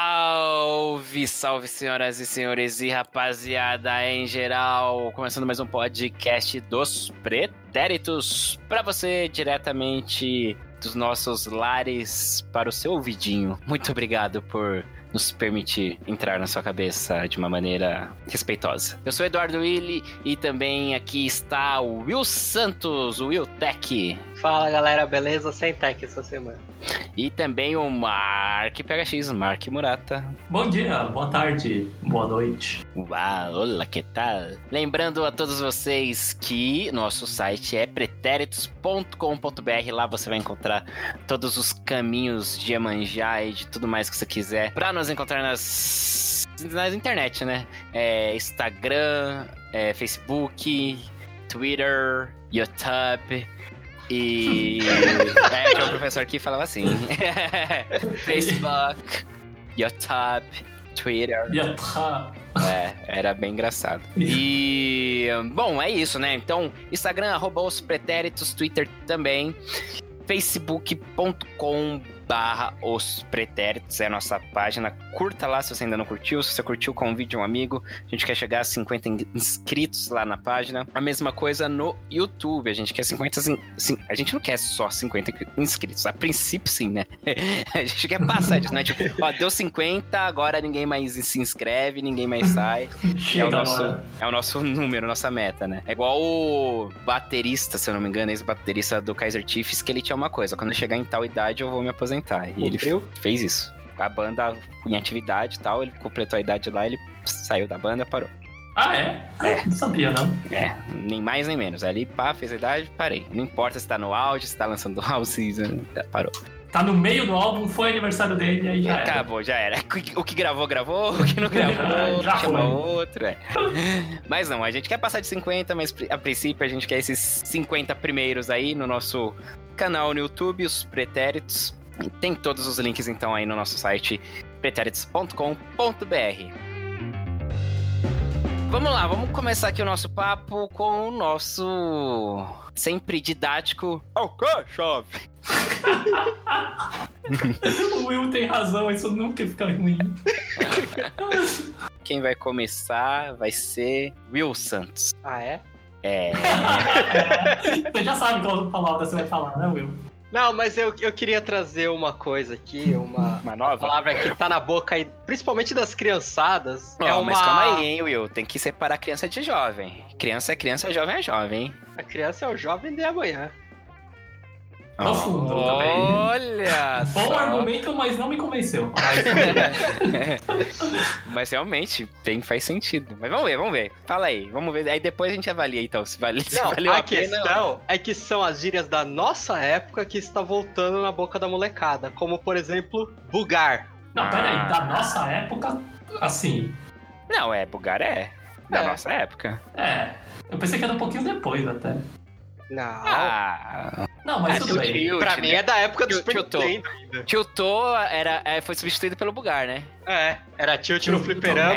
Salve, salve senhoras e senhores e rapaziada em geral, começando mais um podcast dos pretéritos para você diretamente dos nossos lares para o seu ouvidinho. Muito obrigado por nos permitir entrar na sua cabeça de uma maneira respeitosa. Eu sou Eduardo Willi e também aqui está o Will Santos, o Will Tech. Fala galera, beleza? Sem tech essa semana. E também o Mark PHX, Mark Murata. Bom dia, boa tarde, boa noite. Uau, Ah, olá, que tal? Lembrando a todos vocês que nosso site é pretéritos.com.br. Lá você vai encontrar todos os caminhos de Emanjá e de tudo mais que você quiser. Pra nos encontrar nas, nas internet, né? É, Instagram, é, Facebook, Twitter, YouTube. E. é, tinha um professor que falava assim: Facebook, YouTube, Twitter. E a tá- É, era bem engraçado. E. Bom, é isso, né? Então, Instagram, arroba os pretéritos, Twitter também. Facebook.com barra os pretéritos é a nossa página. Curta lá se você ainda não curtiu. Se você curtiu, convide um amigo. A gente quer chegar a 50 in- inscritos lá na página. A mesma coisa no YouTube. A gente quer 50. sin- sin- a gente não quer só 50 inscritos. A princípio, sim, né? a gente quer passar disso, né? Tipo, ó, deu 50, agora ninguém mais se inscreve, ninguém mais sai. É o, Chega nosso, agora. é o nosso número, nossa meta, né? É igual o baterista, se eu não me engano, ex-baterista do Kaiser Chiefs, que ele tinha uma coisa: quando eu chegar em tal idade, eu vou me aposentar. E ele Cumpriu? fez isso. A banda em atividade e tal, ele completou a idade lá, ele saiu da banda, parou. Ah, é? Não sabia, não. É, nem mais nem menos. Ali, pá, fez a idade, parei. Não importa se tá no auge, se tá lançando álbum, se parou. Tá no meio do álbum, foi aniversário dele, aí já era. Acabou, já era. O que gravou, gravou. O que não gravou, É. Já chama foi. outro. é. Mas não, a gente quer passar de 50, mas pri- a princípio a gente quer esses 50 primeiros aí no nosso canal no YouTube, os pretéritos. E Tem todos os links então aí no nosso site pretéritos.com.br. Vamos lá, vamos começar aqui o nosso papo com o nosso sempre didático. Ok, chove. O Will tem razão, isso nunca fica ruim. Quem vai começar vai ser Will Santos. Ah, é? É. Você já sabe qual palavra você vai falar, né, Will? Não, mas eu, eu queria trazer uma coisa aqui, uma Uma nova? palavra que tá na boca aí, principalmente das criançadas. Não, é uma... mas calma aí, hein, Will. Tem que separar criança de jovem. Criança é criança, jovem é jovem, hein? A criança é o jovem de amanhã. Profundo também. Olha! Bom Ah, só. argumento, mas não me convenceu. Mas realmente, tem, faz sentido. Mas vamos ver, vamos ver. Fala aí, vamos ver. Aí depois a gente avalia, então, se, vale, se Não, valeu a a pena. questão é que são as gírias da nossa época que está voltando na boca da molecada, como por exemplo, bugar. Não, peraí, Ah. da nossa época, assim. Não, é, bugar é. Da É. nossa época. É. Eu pensei que era um pouquinho depois até. Não. Ah, Não, mas Ah, tudo bem. tilt, pra né? mim é da época do Tio- Super tio Tom. Nintendo ainda. Tiltou era, é, foi substituído pelo bugar, né? É, era tilt Tio no Tom, fliperama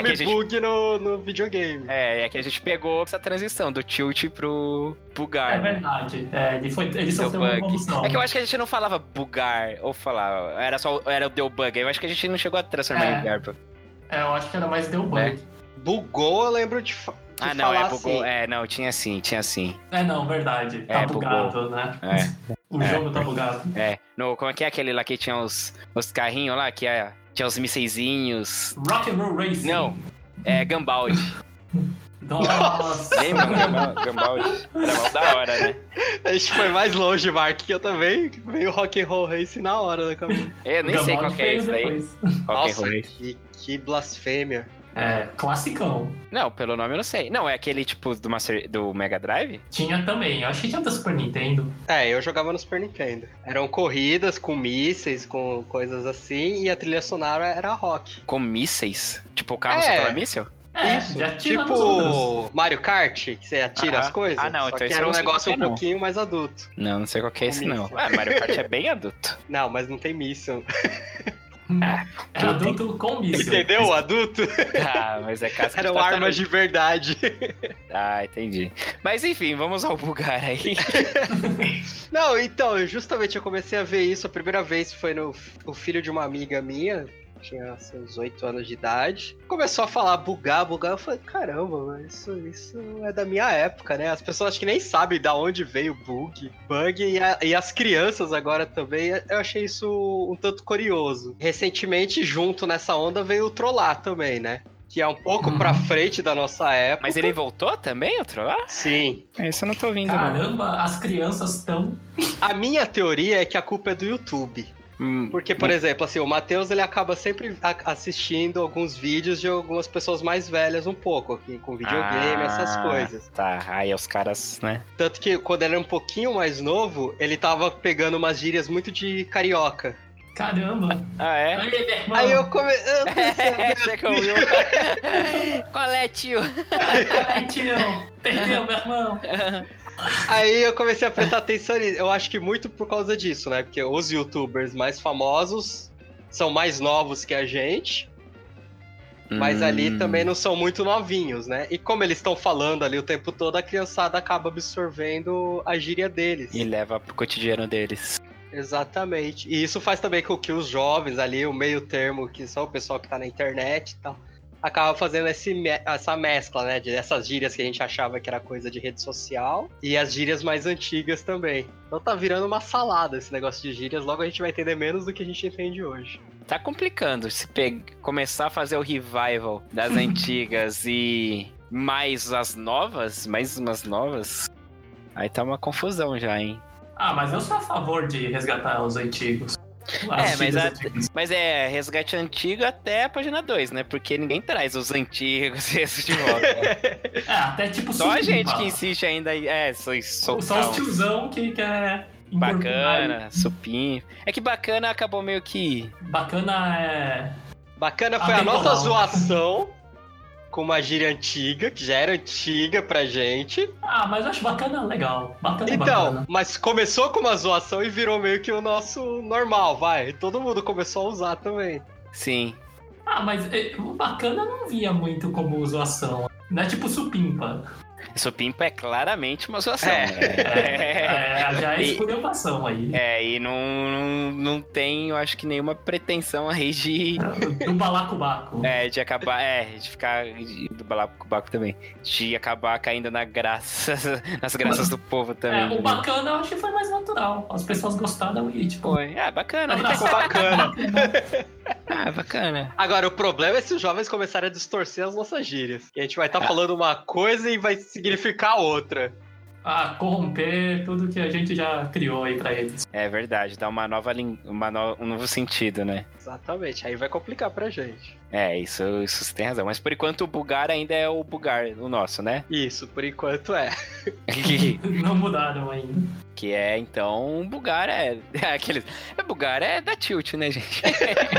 é que a e gente- bug no, no videogame. É, é que a gente pegou essa transição do tilt pro bugar, É né? verdade. É, ele, foi, ele Deu sofreu uma evolução. bug. É que eu acho que a gente não falava bugar ou falava. Era só era o deu bug. Eu acho que a gente não chegou a transformar É. em bugar. pô. É, eu acho que era mais deu É. bug. Bugou, eu lembro de, fa- de Ah, não, falar é bugou. assim. É, não, tinha sim, tinha sim. É, não, verdade. Tá É, bugou. bugado, né? É, O É. jogo tá bugado. é. No, como é que é aquele lá que tinha os, os carrinhos lá, que é, tinha os mísseizinhos. Rock and Roll Racing. Então, Não, é Gambald. Nossa. Lembra? Gambal- Gambald. Era mal da hora, né? A gente foi mais longe, Mark, que eu também. Veio rock and roll race na hora da cabeça. Eu nem sei qual Gambaldi que é veio isso daí. depois. Qual que é Nossa, ruim. que, que blasfêmia. É, classicão. Não, pelo nome eu não sei. Não, é aquele tipo do, Master- do Mega Drive? Tinha também, eu achei que tinha da Super Nintendo. É, eu jogava no Super Nintendo. Eram corridas com mísseis, com coisas assim, e a trilha sonora era rock. Com mísseis? Tipo, o carro É. só tava míssel? É, já tinha nos outros. tipo Mario Kart, que você atira Ah, as coisas. ah, não, só então que isso era eu um não sei negócio qual um que é, não. pouquinho mais adulto. Não, não sei qual que é esse, não. Míssil. Ah, Mario Kart é bem adulto. Não, mas não tem míssil. Era adulto com míssil. Entendeu? O adulto Ah, mas é casca eram de tartaruga. armas de verdade. Ah, entendi. Mas enfim, vamos ao bugar aí. Não, então, justamente eu comecei a ver isso a primeira vez foi no o filho de uma amiga minha. tinha seus oito anos de idade. Começou a falar bugar, bugar. Eu falei, caramba, mano, isso, isso é da minha época, né? As pessoas acho que nem sabem da onde veio bug, bug e, a- e as crianças agora também. Eu achei isso um tanto curioso. Recentemente, junto nessa onda, veio o trollar também, né? Que é um pouco Uhum. pra frente da nossa época. Mas ele voltou também, Ah. o Troar? Sim. Esse eu não tô ouvindo, não. Caramba, as crianças estão. A minha teoria é que a culpa é do YouTube. Hum, Porque, por exemplo, assim, o Matheus ele acaba sempre a- assistindo alguns vídeos de algumas pessoas mais velhas um pouco, aqui, com videogame, essas coisas. Tá, aí os caras, né? Tanto que quando ele era um pouquinho mais novo, ele tava pegando umas gírias muito de carioca. Caramba. Ah, é? Aí, meu irmão, Aí eu comecei. Essa que eu ouvi. Qual é, tio? Ai, tio, perdeu, meu irmão. Aí eu comecei a prestar atenção nisso. Eu acho que muito por causa disso, né? Porque os youtubers mais famosos são mais novos que a gente, mas Hum, ali também não são muito novinhos, né? E como eles estão falando ali o tempo todo, a criançada acaba absorvendo a gíria deles. E leva pro cotidiano deles. Exatamente. E isso faz também com que os jovens ali, o meio termo, que são o pessoal que tá na internet e tal, acaba fazendo esse me- essa mescla, né? De essas gírias que a gente achava que era coisa de rede social e as gírias mais antigas também. Então tá virando uma salada esse negócio de gírias, logo a gente vai entender menos do que a gente entende hoje. Tá complicando. Se pe- começar a fazer o revival das antigas e mais as novas, mais umas novas, aí tá uma confusão já, hein? Ah, mas eu sou a favor de resgatar os antigos. É, mas gírias a- antigas. Mas é resgate antigo até a página 2, né? Porque ninguém traz os antigos e esses de volta. É, até tipo Só a sujo, gente fala. que insiste ainda. em- É, só, só, Só os tiozão que quer. incorporar. Bacana, supim. É que bacana acabou meio que. Bacana é. Bacana foi a Atemporal. nossa zoação com uma gíria antiga, que já era antiga pra gente. Ah, mas eu acho bacana legal. Bacana é Então, bacana. mas começou com uma zoação e virou meio que o nosso normal, vai. Todo mundo começou a usar também. Sim. Ah, mas eh, o bacana eu não via muito como zoação. Não é tipo supimpa. Supimpa é claramente uma zoação. É. né? É. É, já é E- esculhambação aí. É, e não, não, não tem, eu acho que nenhuma pretensão aí de, É, Do balacobaco. é, de acabar. É, de ficar. de- do balacobaco também. De acabar caindo na graça, nas graças do povo É, também. o bacana eu acho que foi mais natural. As pessoas gostaram e, tipo, Foi. Ah, bacana. Ficou bacana. Ah, bacana. Agora, o problema é se os jovens começarem a distorcer as nossas gírias. Que a gente vai estar falando uma coisa e vai significar outra. ah, corromper tudo que a gente já criou aí pra eles. É verdade, dá uma nova lin- uma no- um novo sentido, né? Exatamente, aí vai complicar pra gente. É, isso, isso você tem razão. Mas por enquanto o bugar ainda é o bugar, o nosso, né? Isso, por enquanto é. Não mudaram ainda. que é então bugar é. é aqueles. É bugar é da tilt, né, gente?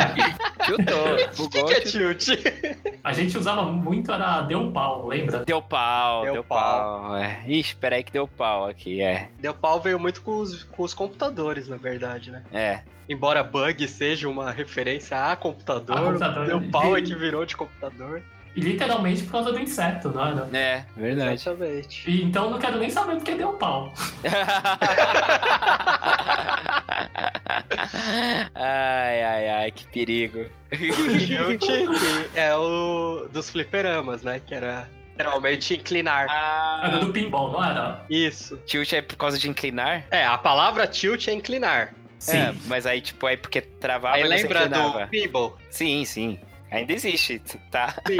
Tiltou, O que, bugou. que é tilt- tilt? A gente usava muito, era deu um pau, lembra? Deu pau, deu, Deu pau. é. Ixi, peraí que deu pau aqui, é. Deu pau veio muito com os, com os computadores, na verdade, né? É. Embora bug seja uma referência a computador, A computador, né? deu pau é que virou de computador. E literalmente por causa do inseto, não era? É, verdade. Exatamente. E então eu não quero nem saber porque deu um pau. ai, ai, ai, que perigo. Tilt que é o dos fliperamas, né? Que era geralmente inclinar. Era Ah, do pinball, não era? Isso. tilt é por causa de inclinar? É, a palavra tilt é inclinar. Sim. É, mas aí, tipo, é porque travava Aí e você lembra do inclinava. pinball? Sim, sim. Ainda existe, tá? Sim.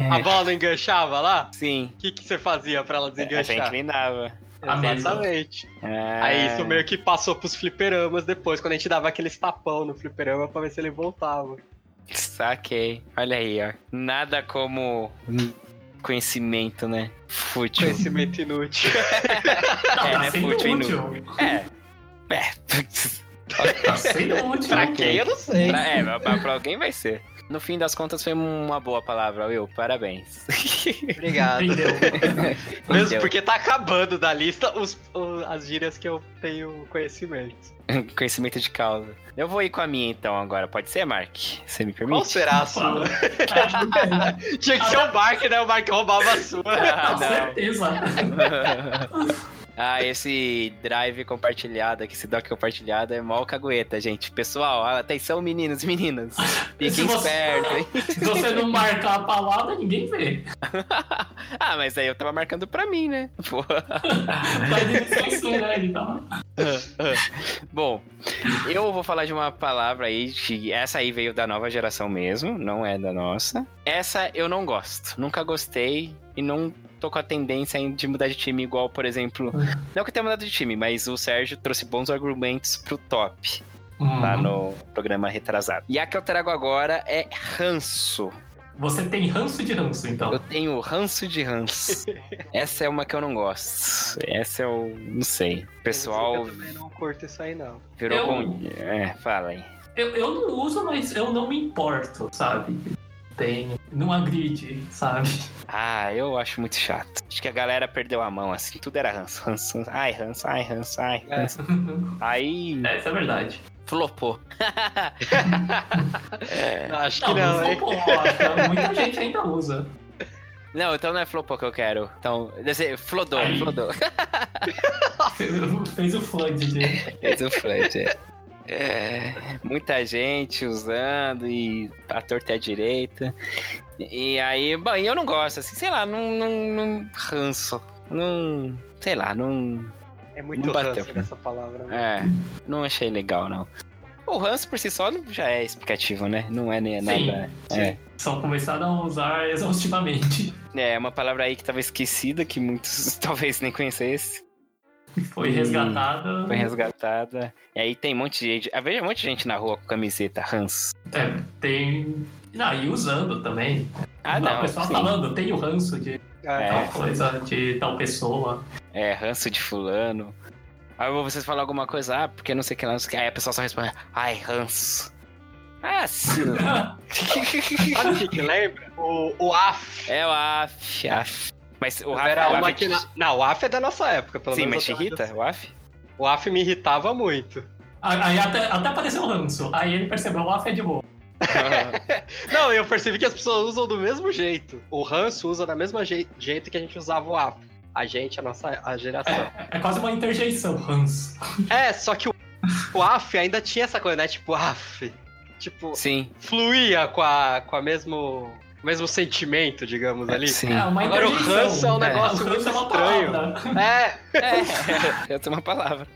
É. a bola não enganchava lá? Sim. O que, que você fazia pra É, ela Você desenganchar? inclinava. A mesa. Exatamente. Ah, Aí isso meio que passou pros fliperamas depois, quando a gente dava aqueles tapão no fliperama pra ver se ele voltava. Saquei. Olha aí, ó. Nada como conhecimento, né? Fútil. Conhecimento inútil. Não, É, tá né, sendo fútil, útil. É. Tá sendo útil. pra quem eu não sei. Pra, é, mas pra, pra alguém vai ser. No fim das contas, foi uma boa palavra, Will. Parabéns. Obrigado. Entendeu? Mesmo Entendeu? porque tá acabando da lista os- o- as gírias que eu tenho conhecimento. Conhecimento de causa. Eu vou ir com a minha, então, agora. Pode ser, Mark? Você me permite? Qual será a sua? Fala. Ah, Tinha que ser o Mark, né? O Mark roubava a sua. Ah, Com certeza. não. Ah, esse drive compartilhado aqui, esse doc compartilhado é mó cagueta, gente. Pessoal, atenção meninos e meninas. Fiquem você- espertos, hein? Se você não marcar a palavra, ninguém vê. ah, mas aí eu tava marcando pra mim, né? Pô. Mas ele censura ele, tá? Bom, eu vou falar de uma palavra aí que essa aí veio da nova geração mesmo, não é da nossa. Essa eu não gosto, nunca gostei e não tô com a tendência em- de mudar de time igual, por exemplo, não que eu tenha mudado de time, mas o Sérgio trouxe bons argumentos pro top Hum, Uhum. lá Tá no programa retrasado. E a que eu trago agora é ranço. Você tem ranço de ranço, então. Eu tenho ranço de ranço. Essa é uma que eu não gosto. Essa eu não sei. O pessoal Eu também não curto isso aí, não. virou Eu- bom. É, fala aí. Eu, eu não uso, mas eu não me importo, sabe? Tem. Não agride, sabe? Ah, eu acho muito chato. Acho que a galera perdeu a mão, assim. Tudo era ranço, ranço, ranço. Ai, ranço, ai, ranço, ai, ranço. Aí, É, Essa é a verdade. flopou. É. Não, acho que Não, não, não hein? importa. Muita gente ainda usa. Não, então não é flopou que eu quero. Então, quer dizer, flodou, Ai. flodou. Fez o flood de. Fez o frete, é. É, muita gente usando e a torta é a direita. E aí, bom, e eu não gosto, assim, sei lá, não, não, não ranço. Não, sei lá, não, É muito Não bateu. ranço essa palavra. né? É, não achei legal, não. O ranço por si só não- já é explicativo, né? Não é nem Sim, nada. sim. É. São começaram a usar exaustivamente. é uma palavra aí que tava esquecida, que muitos talvez nem conhecessem. Foi Hum. resgatada. Foi resgatada. E aí tem um monte de gente. ah, Veja um monte de gente na rua com camiseta ranço. É, tem. Não, e usando também. Ah, O não. pessoal tá sim. falando, tem o ranço de Ah, tal coisa, de tal pessoa. É, ranço de fulano. Aí vocês falam alguma coisa, ah, porque não sei o que lá, não sei o que. Aí a pessoa só responde, ai, ranço. Ah, sim. Sabe o que que lembra? O, o AF. é o AF, AF. Mas o Rafa... Era o uma AF que... na- Não, o AF é da nossa época, pelo Sim, menos. mas te eu tava- irrita, o AF? O AF me irritava muito. Aí até, até apareceu o ranço. Aí ele percebeu, ah, é de boa. Não, eu percebi que as pessoas usam do mesmo jeito. O ranço usa da mesma jei- jeito que a gente usava o AF. A gente, a nossa a geração. É quase uma interjeição, ranço. É, só que o, o AF ainda tinha essa coisa, né? Tipo, AF. Tipo, Sim, fluía com a, com a mesmo, o mesmo sentimento, digamos, ali. sim. É, uma Agora o interjeição. ranço é um É. O negócio ranço muito é uma estranho. palavra. É, É, eu tenho uma palavra.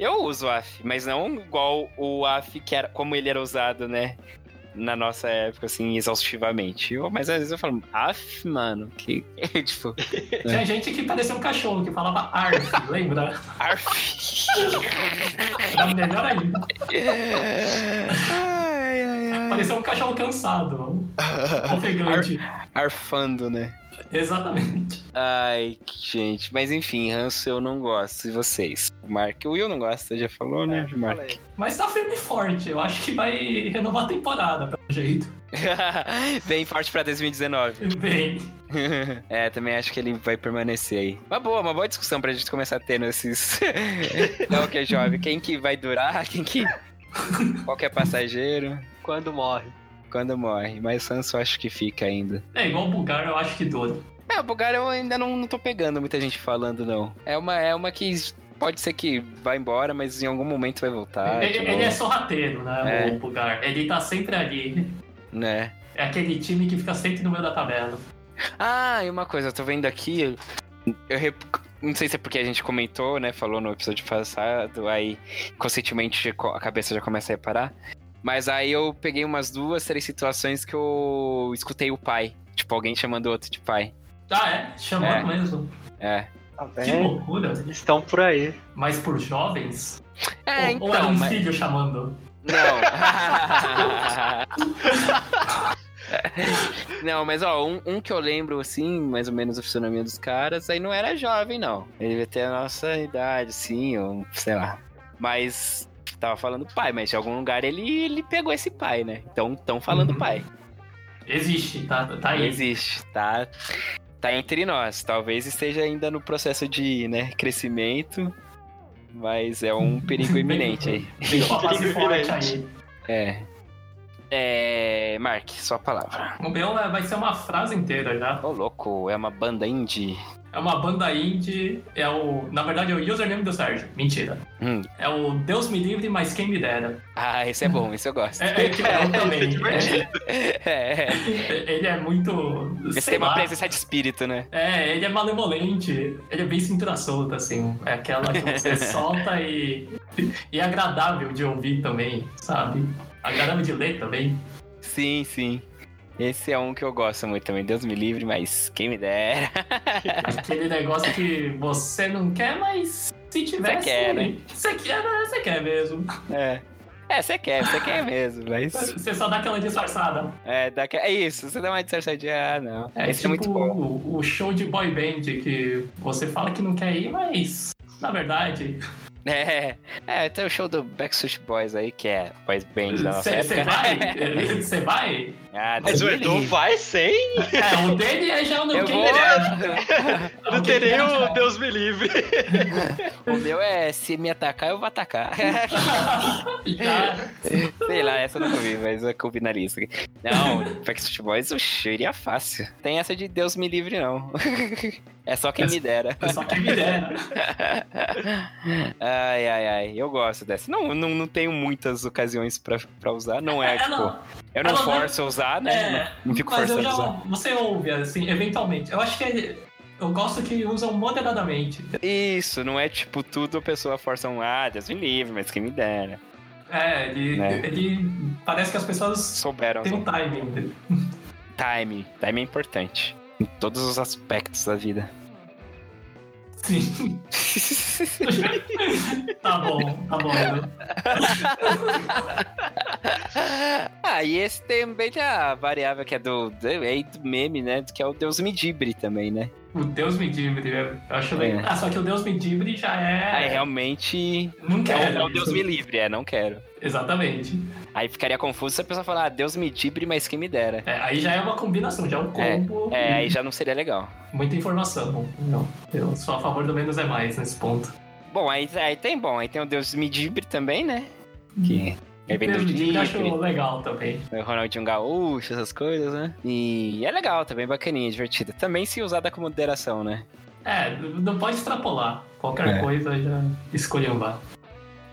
Eu uso o AF, mas não igual o AF que era como ele era usado, né? Na nossa época, assim, exaustivamente. Eu- mas às vezes eu falo, AF, mano, que. tipo, Tinha gente que parecia um cachorro, que falava arf, lembra? ARF. Era melhor ainda. É. ai, ai, ai. Parecia um cachorro cansado. Ofegante. Arfando, né? Exatamente. Ai, que gente. Mas enfim, ranço eu não gosto. E vocês? Mark, o Will não gosta, já falou, É, né? Mark. É, falei. Mas tá firme e forte. Eu acho que vai renovar a temporada, pelo jeito. Bem forte pra 2019. Bem, é, também acho que ele vai permanecer aí. Uma boa, uma boa discussão pra gente começar tendo esses. Não, que é jovem. Quem que vai durar? Quem que. Qual que é passageiro? quando morre. Quando morre. Mas Sanso acho que fica ainda. é igual o Bulgar, eu acho que dura. É, o Bulgar eu ainda não, não tô pegando muita gente falando, não. É uma, é uma que pode ser que vá embora, mas em algum momento vai voltar. ele, de ele é novo, sorrateiro, né? É. O Bulgar. Ele tá sempre ali. Né? É aquele time que fica sempre no meio da tabela. Ah, e uma coisa, eu tô vendo aqui. Eu eu rep- não sei se é porque a gente comentou, né? Falou no episódio passado, aí conscientemente já co- a cabeça já começa a reparar. Mas aí eu peguei umas duas, três situações que eu escutei o pai. Tipo, alguém chamando o outro de pai. Ah, é? Chamando É. mesmo. É. Tá Que vendo? loucura. Eles estão por aí. Mas por jovens? É, ou, ou era então, um mas. filho chamando? Não. não, mas ó, um, um que eu lembro, assim, mais ou menos o fisionomia dos caras, aí não era jovem, não. Ele devia ter a nossa idade, sim, ou sei lá. Mas tava falando pai, mas de algum lugar ele, ele pegou esse pai, né? Então tão falando Uhum. pai. Existe, tá, tá aí. Existe, tá? Tá entre nós. Talvez esteja ainda no processo de né, crescimento, mas é um perigo iminente aí. Tem uma fase forte tá aí. É. É. Mark, sua palavra. é, O meu né, vai ser uma frase inteira já. Ô, louco, é uma banda indie. É uma banda indie, é o. Na verdade é o username do Sérgio. Mentira. Hum. É o Deus me livre, mas quem me dera. Ah, esse é bom, esse eu gosto. É, é que é, também. divertido. É, é. É, ele é muito. Esse sei tem uma lá. presença de espírito, né? É, ele é malevolente, ele é bem cintura solta, assim. É aquela que você solta e, e é agradável de ouvir também, sabe? Agradável de ler também. Sim, sim. Esse é um que eu gosto muito também. Deus me livre, mas quem me dera. Aquele negócio que você não quer, mas se tivesse. quer, né? Você quer, né? Você quer mesmo. É. É, você quer, você quer mesmo, mas. Você só dá aquela disfarçada. É, dá que- é isso, você dá uma disfarçadinha, ah, não. É Esse tipo é muito bom. O, o show de boy band que você fala que não quer ir, mas. Na verdade, É, é, tem o show do Backstreet Boys aí, que é Boys Band da nossa você época. vai? Você vai? Ah, Deus Mas o me Edu livre. vai sem. É, o dele é já não Eu quem vou. me dera. Não um. quem me terei dera já. o Deus me livre. O meu é se me atacar, eu vou atacar. Já. Sei lá, essa eu não vi, mas eu comi na lista. aqui. Não, Backstreet Boys, oxe, eu iria fácil. Tem essa de Deus me livre, não. É só quem me dera. Só que me né? dera. Ai, ai, ai, eu gosto dessa. Não, não, não tenho muitas ocasiões pra, pra usar, não é, É, tipo... não, Eu não Ela vai- forço a usar, né? é, Não fico mas eu forçando a já, usar. você ouve, assim, eventualmente. Eu acho que ele- eu gosto que usam moderadamente. Isso, não é tipo tudo a pessoa força um, ah, Deus me livre, mas quem me dera. É, ele, Né? ele parece que as pessoas Souberam têm usar. um timing. Time. Time é importante. Em todos os aspectos da vida. Sim, tá bom, tá bom. né? ah, e esse também tem a variável que é do, do, é do meme, né? Que é o Deus Medibre também, né? O Deus me livre, eu acho legal. É. Ah, só que o Deus me livre já Aí é. realmente. Não É, quero. o- é o Deus isso. me livre, é, não quero. Exatamente. Aí ficaria confuso se a pessoa falar, ah, Deus Medibre, mas quem me dera. É, aí já é uma combinação, já é um combo. É, aí já não seria legal. Muita informação. Não, eu sou a favor do menos é mais nesse ponto. Bom, aí, aí tem bom, aí tem o Deus Medibre também, né? Hum. Que. é Aí vem Deus Deus me livre, eu acho Medibre, legal também. O Ronaldinho Gaúcho, essas coisas, né? E é legal também, bacaninha, divertida. Também se usada com moderação, né? É, não pode extrapolar. Qualquer É. coisa já um escolhambar.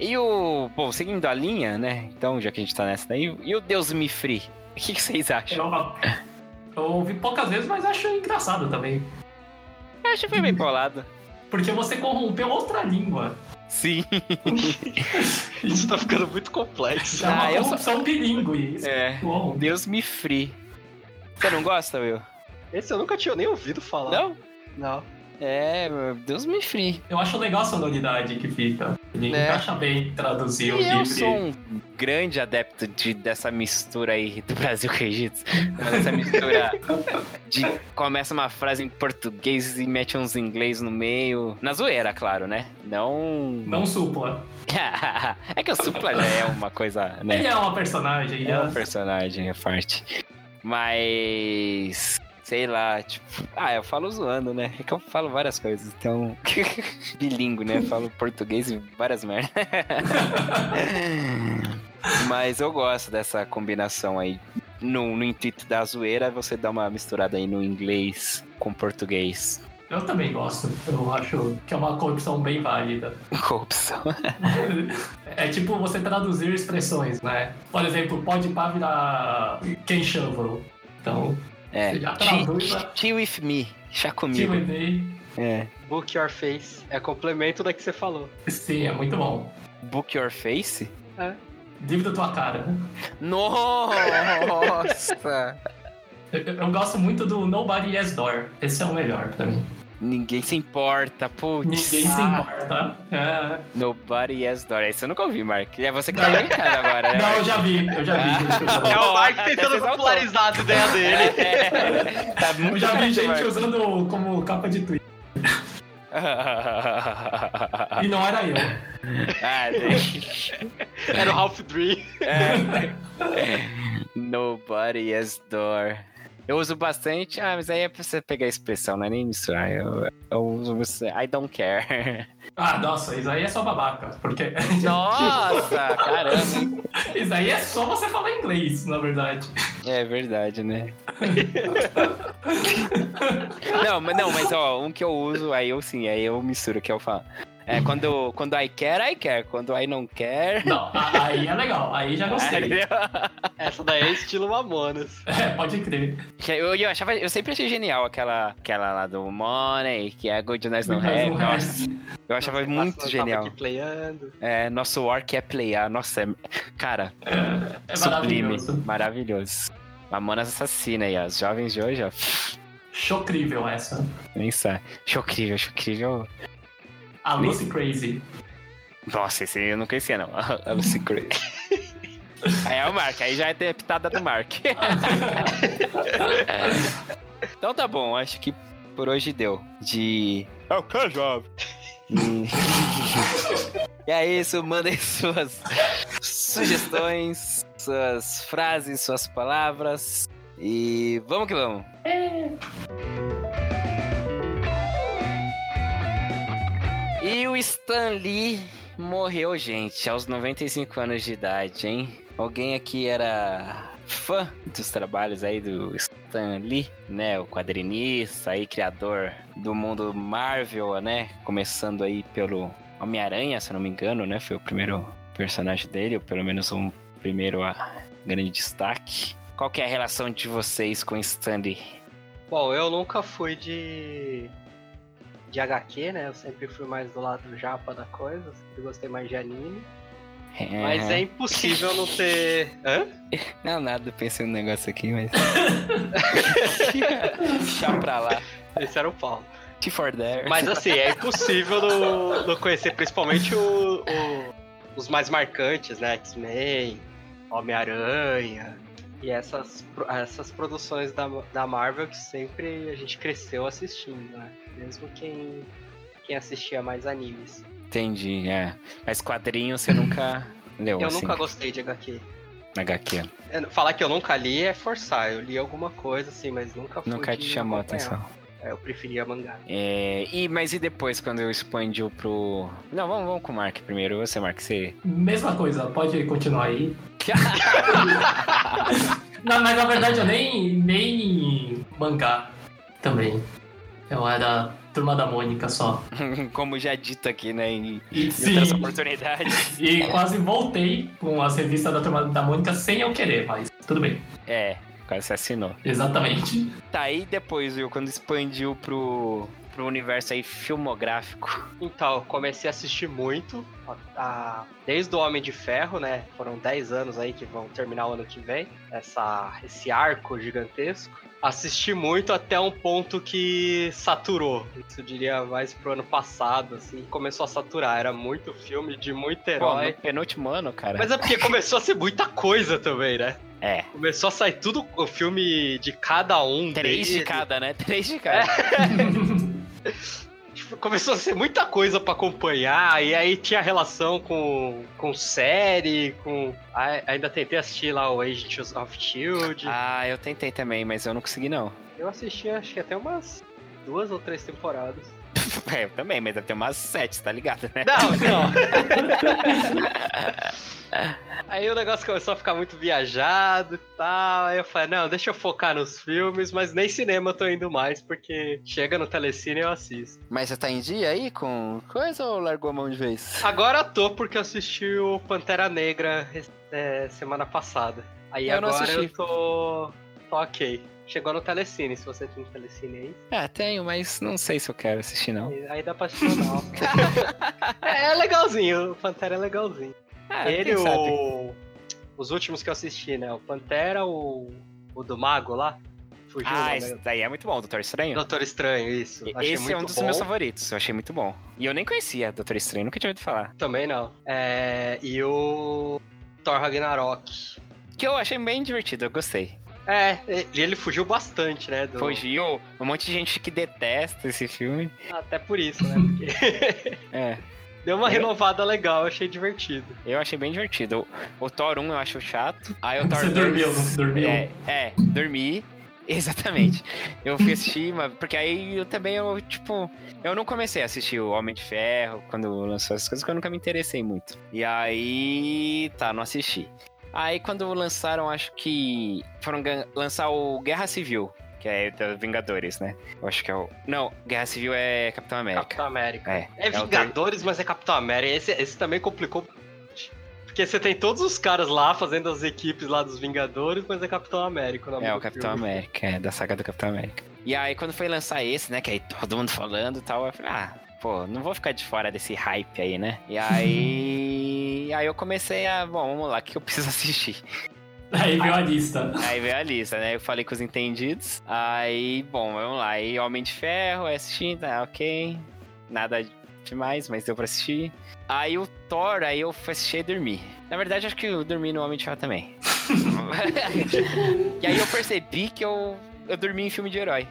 E o. Bom, seguindo a linha, né? Então, já que a gente tá nessa daí, e o Deus Me Free? O que, que vocês acham? Eu, eu ouvi poucas vezes, mas acho engraçado também. Eu acho que foi bem bolado. Porque você corrompeu outra língua. Sim. Isso tá ficando muito complexo. É uma Ah, eu só- corrupção bilíngue. Isso é É. bom. Deus Me Free. Você não gosta, Will? Esse eu nunca tinha nem ouvido falar. Não? Não. É, meu, Deus Me Free. Eu acho legal a sonoridade que fica. Ele É. encaixa bem traduzir o E eu livro. sou um grande adepto de, dessa mistura aí do Brasil com o Egito. Essa mistura de começa uma frase em português e mete uns inglês no meio. Na zoeira, claro, né? Não. Não supla. é que o Supla já é uma coisa, Ele né? é uma personagem. É um né? personagem à parte. Mas. Sei lá, tipo. Ah, eu falo zoando, né? É que eu falo várias coisas, então. Bilingue, né? Eu falo português e várias merdas. Mas eu gosto dessa combinação aí. No, no intuito da zoeira, você dá uma misturada aí no inglês com português. Eu também gosto. Eu acho que é uma corrupção bem válida. Corrupção. É tipo você traduzir expressões, né? Por exemplo, pode pá virar quem chama. Então, É. Já Tea- traduz, né? Tea with me. Chá comigo. Q&A, É. Book Your Face é complemento da que você falou. sim, é muito bom. Book Your Face? Livro da tua cara. Nossa! Eu, eu gosto muito do Nobody Has Door. Esse é o melhor pra mim. Ninguém se importa, putz. Ah, Ninguém se importa. É. Nobody has door. Esse eu nunca ouvi, Mark. É você que tá brincando agora, né? Não, eu Mark? já vi, eu já vi. É É o o Mark Mark até tentando se exaltou. popularizar a ideia dele. É, tá muito Eu já vi certo, gente usando como capa de tweet. Mark. E não era eu. ah, gente. Era o Half Dream. É. Nobody has door. Eu uso bastante. Ah, mas aí é pra você pegar a expressão, não é nem misturar. Eu, eu uso você. I don't care. Ah, nossa, isso aí é só babaca. Porque Nossa, caramba. Isso aí é só você falar inglês, na verdade. É verdade, né? não, mas não, mas ó, um que eu uso, aí eu sim, aí eu misturo o que eu falo. É, quando, quando I care, I care. Quando I não care. Não, a- aí é legal, aí já gostei. Essa daí é estilo Mamonas. É, pode crer. Que Eu, eu, achava, eu sempre achei genial aquela, aquela lá do Money, que é Good Nice No Mas Have. não é. Nossa, eu achava muito Eu genial. tava aqui playando. É, nosso orc é playar. Nossa, é- cara, É, é sublime. maravilhoso. Maravilhoso. Mamonas assassina aí, ó. Os jovens de hoje, ó. Chocrível essa. Nem sabe. Chocrível, chocrível. A Lucy Crazy. Nossa, esse eu não conhecia, não. A Lucy Craig. Aí é o Mark, aí já é ter pitada do Mark. então tá bom, acho que por hoje deu. De. É o que, jovem? E é isso, mandem suas sugestões, suas frases, suas palavras. E vamos que vamos. E o Stan Lee morreu, gente, aos 95 anos de idade, hein? Alguém aqui era fã dos trabalhos aí do Stan Lee, né? O quadrinista aí, criador do mundo Marvel, né? Começando aí pelo Homem-Aranha, se eu não me engano, né? Foi o primeiro personagem dele, ou pelo menos um primeiro a grande destaque. Qual que é a relação de vocês com Stan Lee? Bom, eu nunca fui de. de HQ, né? Eu sempre fui mais do lado japa da coisa, sempre gostei mais de anime. Mas é impossível não ter. Hã? Não, nada, pensei num negócio aqui, mas. Deixa pra lá. Esse era o Paulo. T for there. Mas assim, é impossível não, não conhecer, principalmente o- o- os mais marcantes, né? X-Men, Homem-Aranha. E essas, pro- essas produções da, da Marvel que sempre a gente cresceu assistindo, né? Mesmo quem, quem assistia mais animes. Entendi, é. Mas quadrinho você nunca leu, eu assim, nunca gostei de HQ. na HQ. É, Falar que eu nunca li é forçar. Eu li alguma coisa, assim, mas nunca fui Nunca de te chamou a acompanhar. atenção. É, eu preferia mangá. É, e, mas e depois, quando eu expandiu pro... Não, vamos, vamos com o Mark primeiro. Você, Mark, você... Mesma coisa, pode continuar aí. Não, mas na verdade eu nem, nem mangá também. Eu era turma da Mônica só. Como já dito aqui, né, em E, em outras oportunidades. e quase voltei com as revistas da turma da Mônica sem eu querer, mas tudo bem. É, quase se assinou. Exatamente. Tá, aí depois, viu, quando expandiu pro, pro universo aí filmográfico. Então, eu comecei a assistir muito, a- a- desde o Homem de Ferro, né? Foram 10 anos aí que vão terminar o ano que vem, essa, esse arco gigantesco. Assisti muito até um ponto que saturou. Isso eu diria mais pro ano passado, assim, começou a saturar. Era muito filme de muito Pô, herói. no penúltimo ano, cara. Mas é porque começou a ser muita coisa também, né? É. Começou a sair tudo o filme de cada um. Três de deles. cada, né? Três de cada. É. Tipo, começou a ser muita coisa pra acompanhar, e aí tinha relação com, com série, com. Ai- Ainda tentei assistir lá o Agents of Shield. Ah, eu tentei também, mas eu não consegui, não. Eu assisti acho que até umas duas ou três temporadas. É, eu também, mas deve ter umas sete, tá ligado, né? Não, não. aí o negócio começou a ficar muito viajado e tal. Aí eu falei, não, deixa eu focar nos filmes, mas nem cinema eu tô indo mais, porque chega no telecine e eu assisto. Mas você tá em dia aí com coisa ou largou a mão de vez? Agora tô porque eu assisti o Pantera Negra é, semana passada. Aí Eu não agora assisti. eu tô. tô ok. Chegou no Telecine, se você tem Telecine Ah, tenho, mas não sei se eu quero assistir, não. aí. Aí dá pra assistir não. é, é legalzinho, o Pantera é legalzinho. Ah, Ele, quem sabe? o. Os últimos que eu assisti, né? O Pantera, o. o do Mago lá. Fugiu, Ah, né? esse daí é muito bom, Doutor Estranho. Doutor Estranho, isso. Achei Esse muito é um dos bom. meus favoritos, eu achei muito bom. E eu nem conhecia Doutor Estranho, nunca tinha ouvido falar. Também não. É, e o. Thor Ragnarok. Que eu achei bem divertido, eu gostei. É, e ele fugiu bastante, né? do- Fugiu, um monte de gente que detesta esse filme. Até por isso, né? Porque É, deu uma É. renovada legal, achei divertido. eu achei bem divertido. O, o Thor 1 eu acho chato. Aí o Thor Você 2... dormiu, não dormiu? É, é, dormi. Exatamente. Eu fui assistir, mas- porque aí eu também, eu, tipo, eu não comecei a assistir o Homem de Ferro quando lançou essas coisas, porque eu nunca me interessei muito. E aí, tá, não assisti. Aí quando lançaram, acho que. Foram gan- lançar o Guerra Civil, que é da Vingadores, né? Eu acho que é o. Não, Guerra Civil é Capitão América. Capitão América. É, É o Vingadores, mas é Capitão América. Esse, esse também complicou bastante. Porque você tem todos os caras lá fazendo as equipes lá dos Vingadores, mas é Capitão América. nome É, o do Capitão filme. América, é, da saga do Capitão América. E aí, quando foi lançar esse, né, que aí todo mundo falando e tal, eu falei, ah, pô, não vou ficar de fora desse hype aí, né? E aí. aí eu comecei a, bom, vamos lá, o que eu preciso assistir? Aí veio a lista. Aí veio a lista, né? Eu falei com os entendidos. Aí, bom, vamos lá. Aí Homem de Ferro, aí assisti, tá, ok. Nada demais, mas deu pra assistir. Aí o Thor, aí eu fui assistir e dormi. Na verdade, acho que eu dormi no Homem de Ferro também. e aí eu percebi que eu, eu dormi em filme de herói.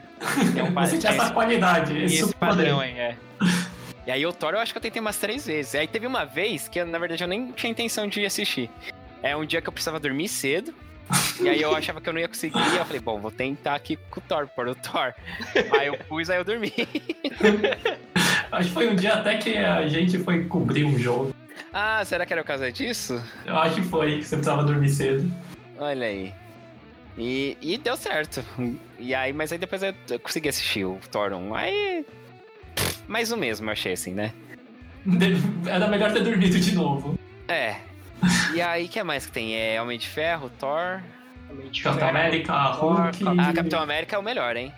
É um Você tinha padrão. essa qualidade, Esse, isso padrão, hein, é. E aí o Thor eu acho que eu tentei umas três vezes. Aí teve uma vez que, eu, na verdade, eu nem tinha intenção de assistir. É um dia que eu precisava dormir cedo. E aí eu achava que eu não ia conseguir. Eu falei, bom, vou tentar aqui com o Thor, pôr o Thor. Aí eu pus, aí eu dormi. Acho que foi um dia até que a gente foi cobrir um jogo. Ah, será que era por causa disso? Eu acho que foi, que você precisava dormir cedo. Olha aí. E, e deu certo. E aí, mas aí depois eu, eu consegui assistir o Thor 1. Aí. pff, Mais o mesmo, eu achei assim, né? De- Era melhor ter dormido de novo. É. E aí, o que mais que tem? É Homem de Ferro, Thor. Homem de Capitão Ferro. América, Hulk. Ah, Capitão América é o melhor, hein?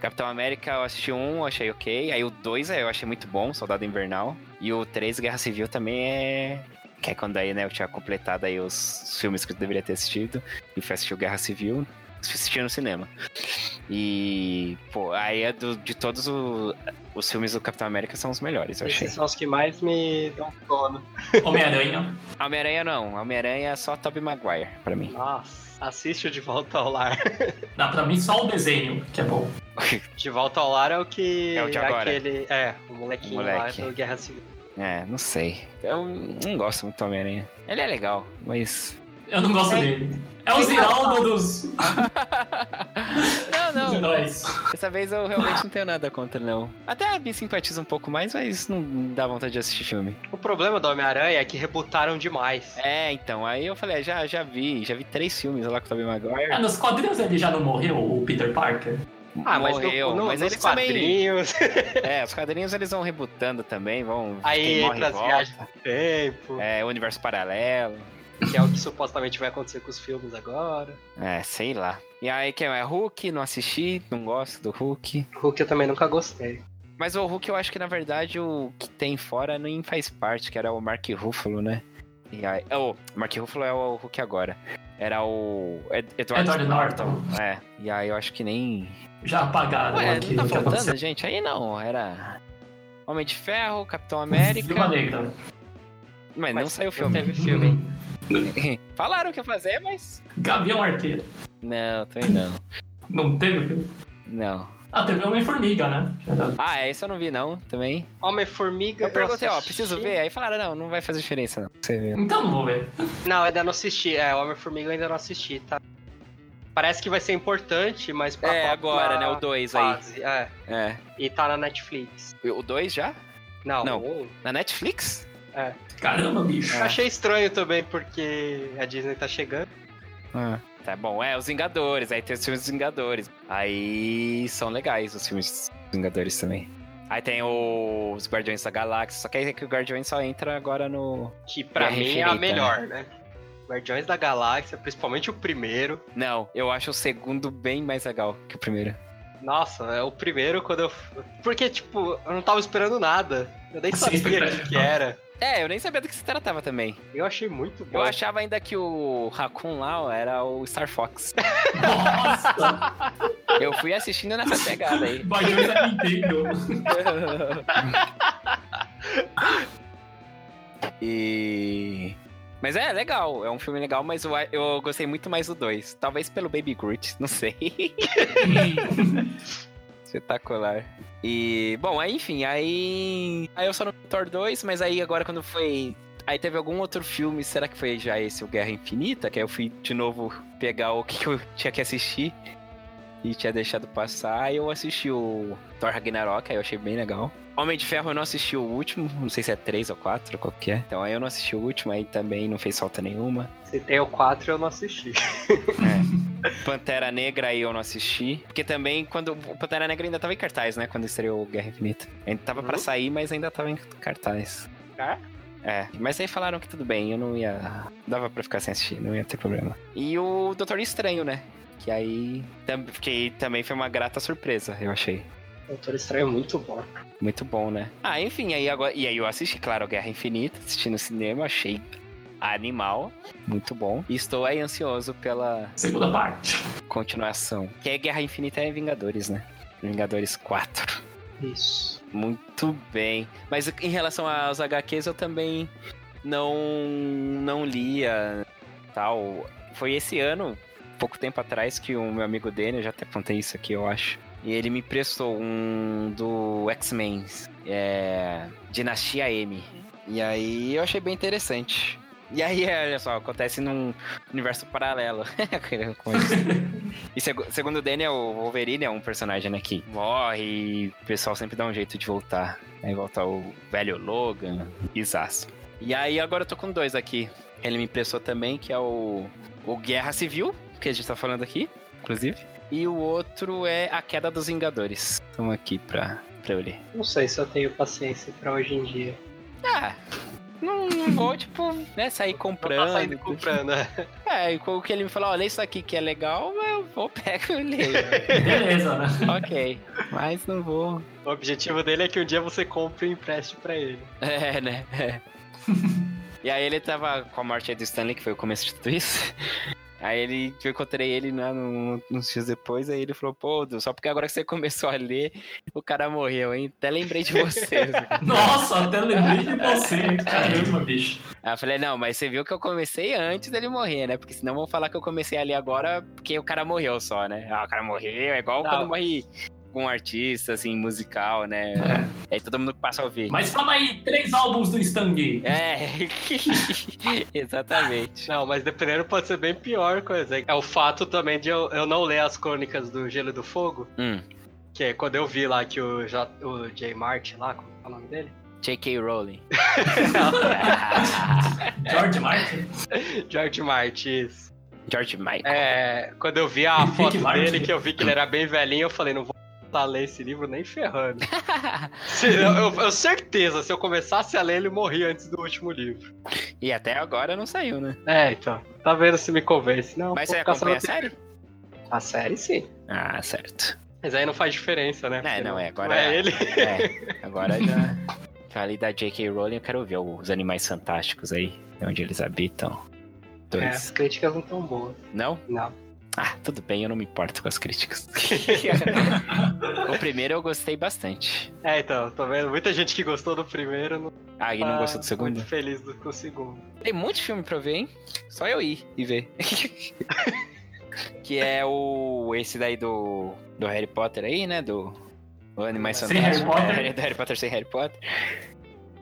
Capitão América eu assisti um, eu achei ok. Aí o dois é, eu achei muito bom, Soldado Invernal. E o três Guerra Civil também é. Que é quando aí, né, eu tinha completado aí os filmes que eu deveria ter assistido. E fui assistir o Guerra Civil. Assisti no cinema. E, pô, aí é do- de todos o- os filmes do Capitão América são os melhores, eu achei. Esses são os que mais me dão sono. Homem-Aranha. Homem-Aranha não, Homem-Aranha é só Tobey Maguire, pra mim. Nossa, assiste o De Volta ao Lar. Dá pra mim só o desenho, que é bom. De Volta ao Lar é o que... É o de agora. Aquele, é, o molequinho Moleque. lá do Guerra Civil. É, não sei. Eu não gosto muito do Homem-Aranha. Ele é legal, mas Eu não gosto É. dele. É o Ziraldo dos, dos Não, não. heróis. Dessa vez eu realmente não tenho nada contra, não. Até me simpatiza um pouco mais, mas não dá vontade de assistir filme. O problema do Homem-Aranha é que rebutaram demais. É, então, aí eu falei, ah, já, já vi, já vi três filmes lá com o Tobey Maguire. Ah, nos quadrinhos ele já não morreu, o Peter Parker? Ah, mas no- morreu, no- mas nos eles também... quadrinhos, É, os quadrinhos eles vão rebutando também, vão... aí quem morre entra as volta. viagens do tempo, É, universo paralelo, que é o que supostamente vai acontecer com os filmes agora. é, sei lá. E aí, quem é? Hulk, não assisti, não gosto do Hulk. Hulk eu também nunca gostei. Mas o Hulk, eu acho que, na verdade, o que tem fora nem faz parte, que era o Mark Ruffalo, né? E aí, é o Mark Ruffalo é o Hulk agora. Era o Ed- Edward, Edward Norton. É, e aí eu acho que nem... Já apagaram Ué, não tá aquilo que aconteceu. faltando, gente? Aí não, era... Homem de Ferro, Capitão Viúva América... Negra. Mas não Mas saiu o não filme. teve filme. Falaram o que ia fazer, mas... Gavião Arqueiro. Não, também não. Não teve filme? Não. Ah, teve Homem-Formiga, né? Ah, é, isso eu não vi não, também. Homem-Formiga. Eu perguntei, ó, assisti. preciso ver? Aí falaram, não, não vai fazer diferença não. Você viu. Então não vou ver. Não, eu ainda não assisti. É, Homem-Formiga eu ainda não assisti, tá? Parece que vai ser importante, mas pra É, próxima agora, né, o 2 aí. fase, É, É. e tá na Netflix. O 2 já? Não, Não. o um. Na Netflix? Caramba, bicho. É. Achei estranho também, porque a Disney tá chegando. Tá bom, é, os Vingadores, aí tem os filmes dos Vingadores. Aí são legais os filmes dos Vingadores também. Aí tem o- os Guardiões da Galáxia, só que aí é que o Guardiões só entra agora no. Que pra Guerra mim é a Infinita, melhor, né? Guardiões da Galáxia, principalmente o primeiro. Não, eu acho o segundo bem mais legal que o primeiro. Nossa, é o primeiro quando eu. Porque, tipo, eu não tava esperando nada. Eu nem Sim, sabia o que, que era. É, eu nem sabia do que se tratava também. Eu achei muito Eu bom. achava ainda que o Raccoon lá ó, era o Star Fox. Nossa! Eu fui assistindo nessa pegada aí. Guardiões da Nintendo. e. Mas é legal, é um filme legal, mas eu, eu gostei muito mais do 2. Talvez pelo Baby Groot, não sei. Espetacular. E, bom, aí enfim, aí. Aí eu só no Thor 2, mas aí agora quando foi. Aí teve algum outro filme, será que foi já esse, o Guerra Infinita? Que aí eu fui de novo pegar o que eu tinha que assistir. e tinha deixado passar. Aí eu assisti o Thor Ragnarok, aí eu achei bem legal. Homem de Ferro eu não assisti o último, não sei se é 3 ou 4, qual que é. Então aí eu não assisti o último, aí também não fez falta nenhuma. Se tem o 4, eu não assisti. É. Pantera Negra aí eu não assisti. Porque também quando. o Pantera Negra ainda tava em cartaz, né? Quando estreou Guerra Infinita. Ainda tava pra sair, mas ainda tava em cartaz. Ah? É, mas aí falaram que tudo bem, eu não ia. Dava pra ficar sem assistir, não ia ter problema. E o Doutor Estranho, né? Que aí. tam- Que também foi uma grata surpresa, eu achei. Doutor Estranho é muito bom. Muito bom, né? Ah, enfim, aí agora. E aí eu assisti, claro, Guerra Infinita, assisti no cinema, achei animal. Muito bom. E estou aí ansioso pela Segunda parte. continuação. Que é Guerra Infinita é Vingadores, né? Vingadores 4. Isso. Muito bem. Mas em relação aos HQs, eu também não, não lia tal. Foi esse ano, pouco tempo atrás, que o meu amigo Daniel, eu já até contei isso aqui, eu acho. E ele me emprestou um do X-Men, é, Dinastia M. E aí eu achei bem interessante. E aí, olha só, acontece num universo paralelo. Com isso. E seg- segundo o Daniel, o Wolverine é um personagem né, que morre e o pessoal sempre dá um jeito de voltar. Aí volta o velho Logan, Isaço. E aí agora eu tô com dois aqui. Ele me emprestou também, que é o, o Guerra Civil, que a gente tá falando aqui, inclusive. E o outro é A Queda dos Vingadores. Estamos aqui pra, pra eu ler. Não sei se eu tenho paciência pra hoje em dia. Ah, não, não vou, tipo, né, sair comprando. Tá saindo comprando, né? É, e com o que ele me falou, olha isso aqui que é legal, eu vou, pego e leio. Beleza, né? ok, mas não vou O objetivo dele é que um dia você compre e empreste pra ele. É, né? É. e aí ele tava com a morte aí do Stanley, que foi o começo de tudo isso. Aí ele, eu encontrei ele né, num- uns dias depois, aí ele falou, pô, Du, só porque agora que você começou a ler, o cara morreu, hein? Até lembrei de você. Nossa, até lembrei de você. Caramba, bicho. aí eu falei, não, mas você viu que eu comecei antes dele morrer, né? Porque senão vão falar que eu comecei a ler agora porque o cara morreu só, né? Ah, o cara morreu, é igual Não. quando morre um artista, assim, musical, né? Aí todo mundo passa a ouvir. É. Mas calma aí, três álbuns do Stang. É, exatamente. Não, mas dependendo pode ser bem pior coisa. É o fato também de eu, eu não ler as crônicas do Gelo e do Fogo, Hum, que é quando eu vi lá que o, J, o J. Martin lá, como é o nome dele? J.K. Rowling. George Martin. George Martin, isso. George Michael. É, quando eu vi a Rick foto Martin. dele, que eu vi que ele era bem velhinho, eu falei, não vou voltar a ler esse livro nem ferrando. Se- eu, eu- eu certeza, se eu começasse a ler, ele morria antes do último livro. E até agora não saiu, né? É, então. Tá vendo se me convence. Não, Mas é, você vou ficar só acompanha a no- série? A série, sim. Ah, certo. Mas aí não faz diferença, né? Porque não, é, agora- é ele. É, agora já. Falei da J.K. Rowling, eu quero ver os animais fantásticos aí, onde eles habitam. É, Dois. as críticas não tão boas. Não? Não. Ah, tudo bem, eu não me importo com as críticas. o primeiro eu gostei bastante. É, então, tô vendo muita gente que gostou do primeiro não Ah, e não tá gostou do segundo? Muito feliz do, com o segundo. Tem muito filme pra eu ver, hein? Só eu ir e ver. que é o. Esse daí do. Do Harry Potter aí, né? Do. O Animais Sem Fantásticos. Harry Potter. É, do Harry Potter sem Harry Potter.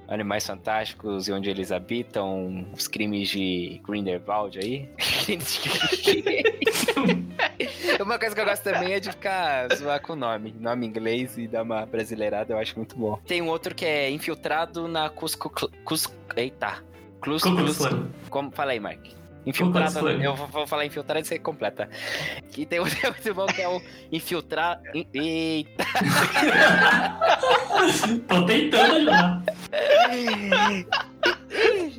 Animais Fantásticos e onde eles habitam. Os crimes de Grindelwald aí. uma coisa que eu gosto também é de ficar zoar com o nome. Nome inglês e dar uma brasileirada, eu acho muito bom. Tem um outro que é infiltrado na Cusco. Cl- Cusco. Eita. Clus, Ku Klux Clus- Klan. como, fala aí, Mike. Ku Klux Infiltrado. Klan. Eu vou, vou falar infiltrado e você completa. Que tem um tem muito bom que é o infiltrar. in- Eita! Tô tentando já.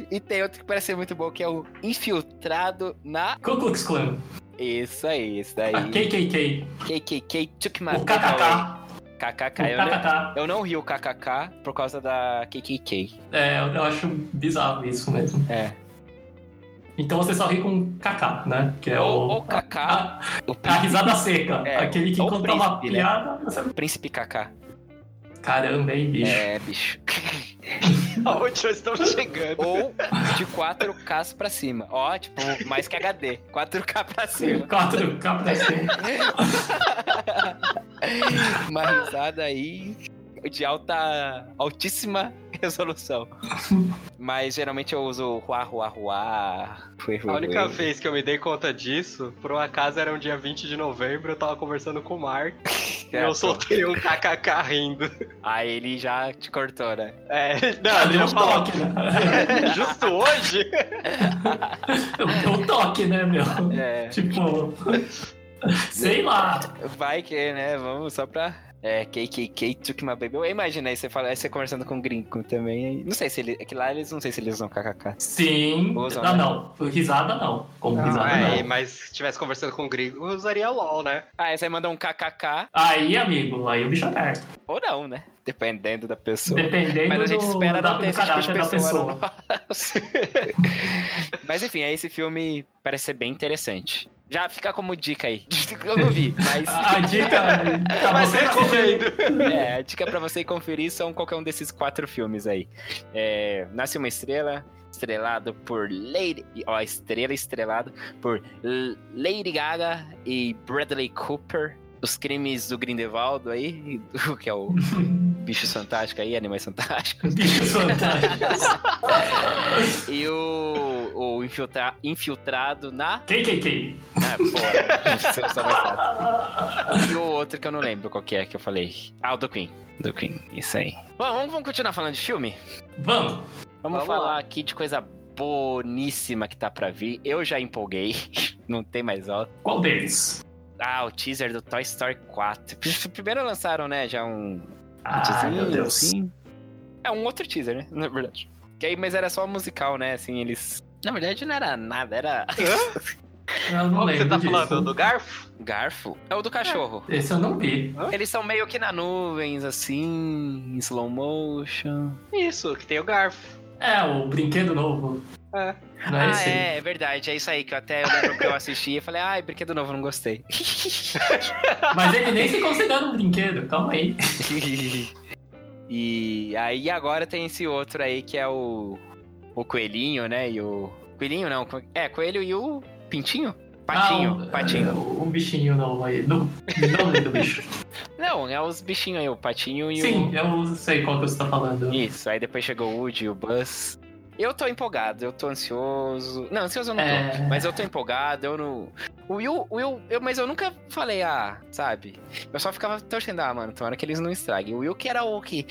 E tem outro que parece ser muito bom que é o infiltrado na. Ku Klux Klan. Isso aí, isso daí. A KKK. KKK Took my Ah, O dick away. KKK. O KKK. Eu não, KKK. eu não ri o KKK por causa da KKK. É, eu acho bizarro isso mesmo. É. Então você só ri com KK, né? Que é Ou, o. ou KK. A, O a príncipe, risada seca. É, Aquele que ou conta uma príncipe, né? piada. você- príncipe KK. Caramba, hein, bicho. É, bicho. Aonde nós estamos chegando? Ou de 4K pra cima. Ó, tipo, mais que HD. 4K pra cima. 4 K pra cima. Uma risada aí. de alta, altíssima resolução. Mas geralmente eu uso Hua Hua Hua. Hui, hui, A única hui. vez que eu me dei conta disso, por um acaso era um dia 20 de novembro, eu tava conversando com o Mark e eu soltei um kkk rindo. é Aí ele já te cortou, né? É, não, Ah, ele deu já um falou. toque, né? Justo hoje? Deu um toque, né, meu? É, Tipo. Sei lá. vai que, né? Vamos só pra. É, KKK took my baby. Eu imagino aí você, fala, aí você conversando com um gringo também. aí- Não sei se ele. É que lá eles não sei se eles usam KKK. Sim. Usa, Ah, né? não. Risada não. Como Ah, Não, risada é, não. mas se tivesse conversando com o gringo, eu usaria LOL, né? Ah, aí você manda um KKK. Aí, amigo, aí o bicho aperta. Ou não, né? Dependendo da pessoa. Dependendo Mas a gente do, espera da, não ter do esse tipo de caráter da pessoa. pessoa. no nosso. mas enfim, aí esse filme parece ser bem interessante. Já fica como dica aí. Eu não vi, mas A a dica pra Mas você que assistiu- recomendo. é, a dica pra você conferir são qualquer um desses quatro filmes aí. É, Nasce uma Estrela, estrelado por Lady... Ó, estrela estrelado por L- Lady Gaga e Bradley Cooper. Os crimes do Grindelwald aí, que é o bicho fantástico aí, animais fantásticos. Bichos fantásticos. E o, o infiltra- infiltrado na. KKK. Ah, porra. Isso é só mais fácil. e o outro que eu não lembro qual que é que eu falei. Ah, o do Queen. Do Queen, isso aí. Bom, vamos, vamos continuar falando de filme? Vamos. Vamos, Vamos falar lá. aqui de coisa boníssima que tá pra vir. Eu já empolguei. Não tem mais volta. Qual deles? Ah, o teaser do Toy Story 4. Pri- Primeiro lançaram, né, já um Ah, teaser. meu Deus. É um outro teaser, né? Na verdade. Que aí, mas era só musical, né? Assim, eles. Na verdade, não era nada, era. Eu não Qual que você tá lembro disso. falando? Do Garfo? Garfo? É o do cachorro. Esse eu não vi. Eles são meio que na nuvens, assim, em slow motion. Isso, que tem o Garfo. É, o brinquedo novo. É. Não é ah, esse? é, é verdade. É isso aí que eu até eu lembro que eu assisti e falei, ai, brinquedo novo, não gostei. Mas ele nem se considera um brinquedo, calma aí. e aí agora tem esse outro aí que é o. O coelhinho, né? E o. Coelhinho não. co- É, coelho e o. Pintinho? Patinho, Ah, um- patinho. Um bichinho novo aí. Não, não lembro do bicho. Não, é os bichinhos aí, o patinho e o. Sim, eu sei qual que você tá falando. Isso, aí depois chegou o Woody e o Buzz. Eu tô empolgado, eu tô ansioso. Não, ansioso eu não tô. É. Mas eu tô empolgado, eu não. O Will, o Will eu, mas eu nunca falei, ah, sabe? Eu só ficava torcendo, ah, mano, tomara que eles não estraguem. O Will que era o que.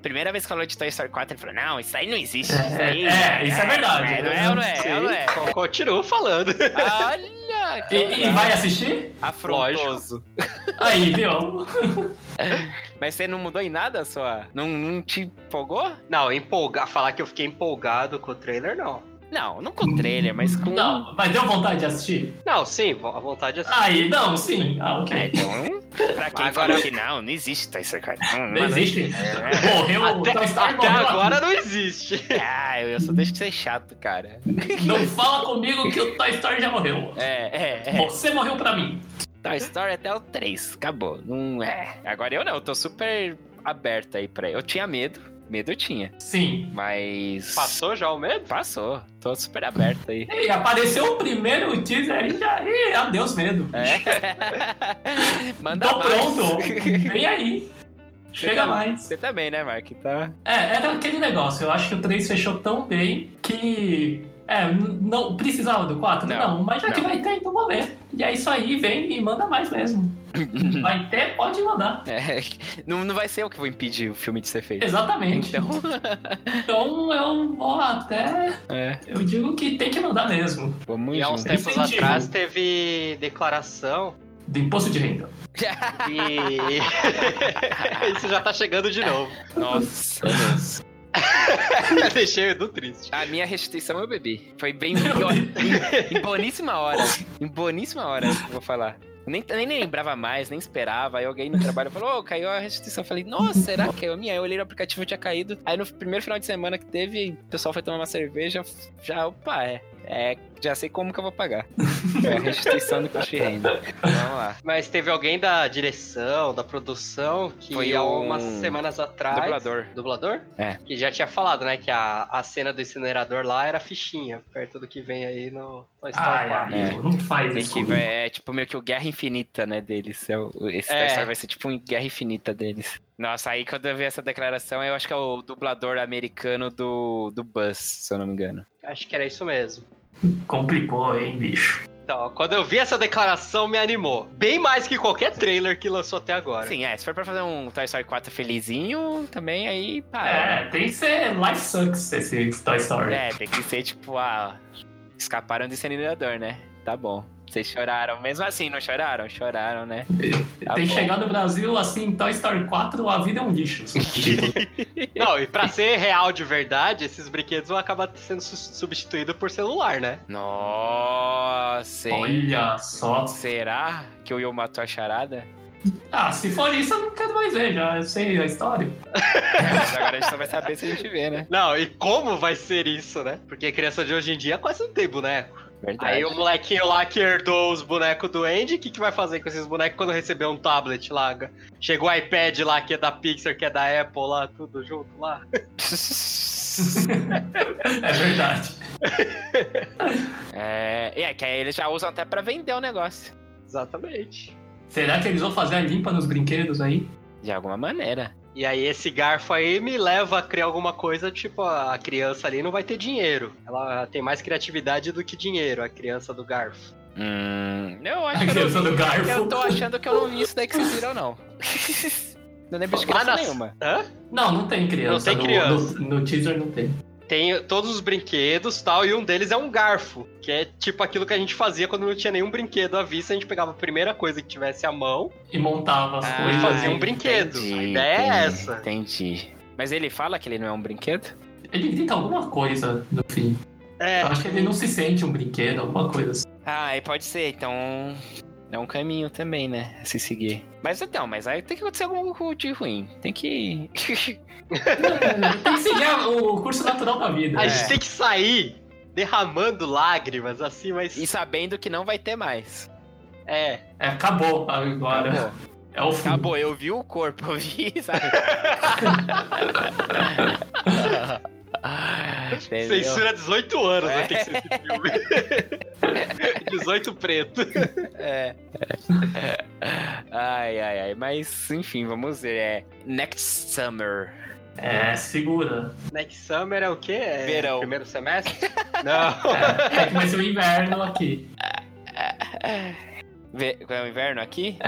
Primeira vez que falou de Toy Story 4, ele falou, não, isso aí não existe. Isso aí, É, isso é verdade. Não é ou não é? É ou não é? Sim, Continuo falando. Olha! E, que e vai assistir? Afrontoso. Aí, viu? Mas você não mudou em nada, sua? Não, não te empolgou? Não, empolgar, falar que eu fiquei empolgado com o trailer, não. Não, não com o trailer, mas com. Hum, Não, mas deu vontade de assistir? Não, sim, vo- a vontade é. Aí, não, sim. Ah, É, ok. então, pra quem Agora- falou que não, não existe Toy Story 4. Não, Não não existe. Morreu o Até, Toy Story até morreu. agora não existe. Ah, eu só deixo de ser chato, cara. Não fala comigo que o Toy Story já morreu. É, é, é. Você morreu pra mim. Toy Story até o 3, acabou. Não é. Agora eu não, eu tô super aberto aí pra. Eu tinha medo, medo eu tinha, Sim. mas. Passou já o medo? Passou, tô super aberto aí. E apareceu o primeiro teaser aí, já. Ih, adeus, medo. É. Manda Tô mais. pronto. Vem aí. Chega mais. Você também, né, Mark? Tá. É, era aquele negócio. Eu acho que o 3 fechou tão bem que. É, n- não precisava do 4? Não, Não, mas já que não. vai ter, então vou ver. E é isso aí, vem e manda mais mesmo. Vai ter, pode mandar. É, Não, não vai ser eu que vou impedir o filme de ser feito. Exatamente. Então. Então eu vou até. é, Eu digo que tem que mandar mesmo. vamos E há uns junto. tempos Incentivo. atrás teve declaração Do imposto de renda. e. Isso já tá chegando de novo. Nossa. Deixei o Edu triste. A minha restituição eu bebi. Foi bem em, em boníssima hora. Em boníssima hora, eu vou falar. Nem, nem lembrava mais, nem esperava. Aí alguém no trabalho falou, ô, caiu a restituição. Eu falei, nossa, será que caiu a minha? Aí Eu olhei no aplicativo e tinha caído. Aí no primeiro final de semana que teve, o pessoal foi tomar uma cerveja. Já, opa, é. é, já sei como que eu vou pagar. É a restituição do imposto de renda. Vamos lá. Mas teve alguém da direção, da produção, que Foi há um umas semanas atrás. Dublador. Dublador? É. Que já tinha falado, né? Que a, a cena do incinerador lá era fichinha, perto do que vem aí no, no Star Ai, Wars. amigo, não faz é. Tem isso. que comigo. vai- é tipo meio que o Guerra Infinita, né, deles. É o- Esse É. Star Wars vai ser tipo um Guerra Infinita deles. Nossa, aí quando eu vi essa declaração, eu acho que é o dublador americano do, do Buzz, se eu não me engano. Acho que era isso mesmo. Complicou, hein, bicho? Então, quando eu vi essa declaração, me animou. Bem mais que qualquer trailer que lançou até agora. Sim, é, se for pra fazer um Toy Story 4 felizinho, também aí para. É, tem que ser Life Sucks esse Toy Story. É, tem que ser tipo, ah, escaparam do incendiador, né? Tá bom. Vocês choraram, mesmo assim, não choraram? Choraram, né? Tá tem que bom. chegar no Brasil assim, Toy Story 4, a vida é um lixo. Não, e pra ser real de verdade, esses brinquedos vão acabar sendo su- substituídos por celular, né? Nossa, hein? Olha só. Será que o Will matou a charada? Ah, se for isso, eu não quero mais ver, já eu sei a história. Mas agora a gente só vai saber se a gente vê, né? Não, e como vai ser isso, né? Porque a criança de hoje em dia quase não tem boneco. Verdade. Aí o molequinho lá que herdou os bonecos do Andy, o que, que vai fazer com esses bonecos quando receber um tablet lá? Chegou o iPad lá que é da Pixar, que é da Apple lá, tudo junto lá. É verdade. é, e é que aí eles já usam até pra vender o negócio. Exatamente. Será que eles vão fazer a limpa nos brinquedos aí? De alguma maneira. E aí esse garfo aí me leva a criar alguma coisa, tipo, a criança ali não vai ter dinheiro. Ela tem mais criatividade do que dinheiro, a criança do garfo. Hum, eu A acho que eu, criança do garfo. eu tô achando que eu não vi isso daí que vocês viram, não. Não lembro de Mas criança nas- nenhuma. Hã? Não, não tem criança. Não tem No- criança. No, no teaser não tem. Tem todos os brinquedos tal, e um deles é um garfo, que é tipo aquilo que a gente fazia quando não tinha nenhum brinquedo à vista, a gente pegava a primeira coisa que tivesse à mão E montava as Ah, e coisas. fazia um entendi, brinquedo. a ideia é entendi, essa. Entendi. Mas ele fala que ele não é um brinquedo? Ele grita alguma coisa no fim. É, Eu acho que ele não se sente um brinquedo, alguma coisa assim. Ah, e pode ser, então. É um caminho também, né? A se seguir. Mas então, mas aí tem que acontecer algum de ruim. Tem que. tem que seguir o curso natural da vida. a É. gente tem que sair derramando lágrimas, assim, mas. e sabendo que não vai ter mais. É. É, acabou agora. Acabou. É o fim. Acabou, eu vi o corpo, eu vi, sabe? Entendeu? Censura 18 anos, É. vai ter que ser esse filme. 18 preto. É. Ai, ai, ai. Mas, enfim, vamos ver. É Next Summer. É, segura. Next Summer é o quê? É Verão. Primeiro semestre? Não. É, que vai ser o inverno aqui. Vê- É o inverno aqui?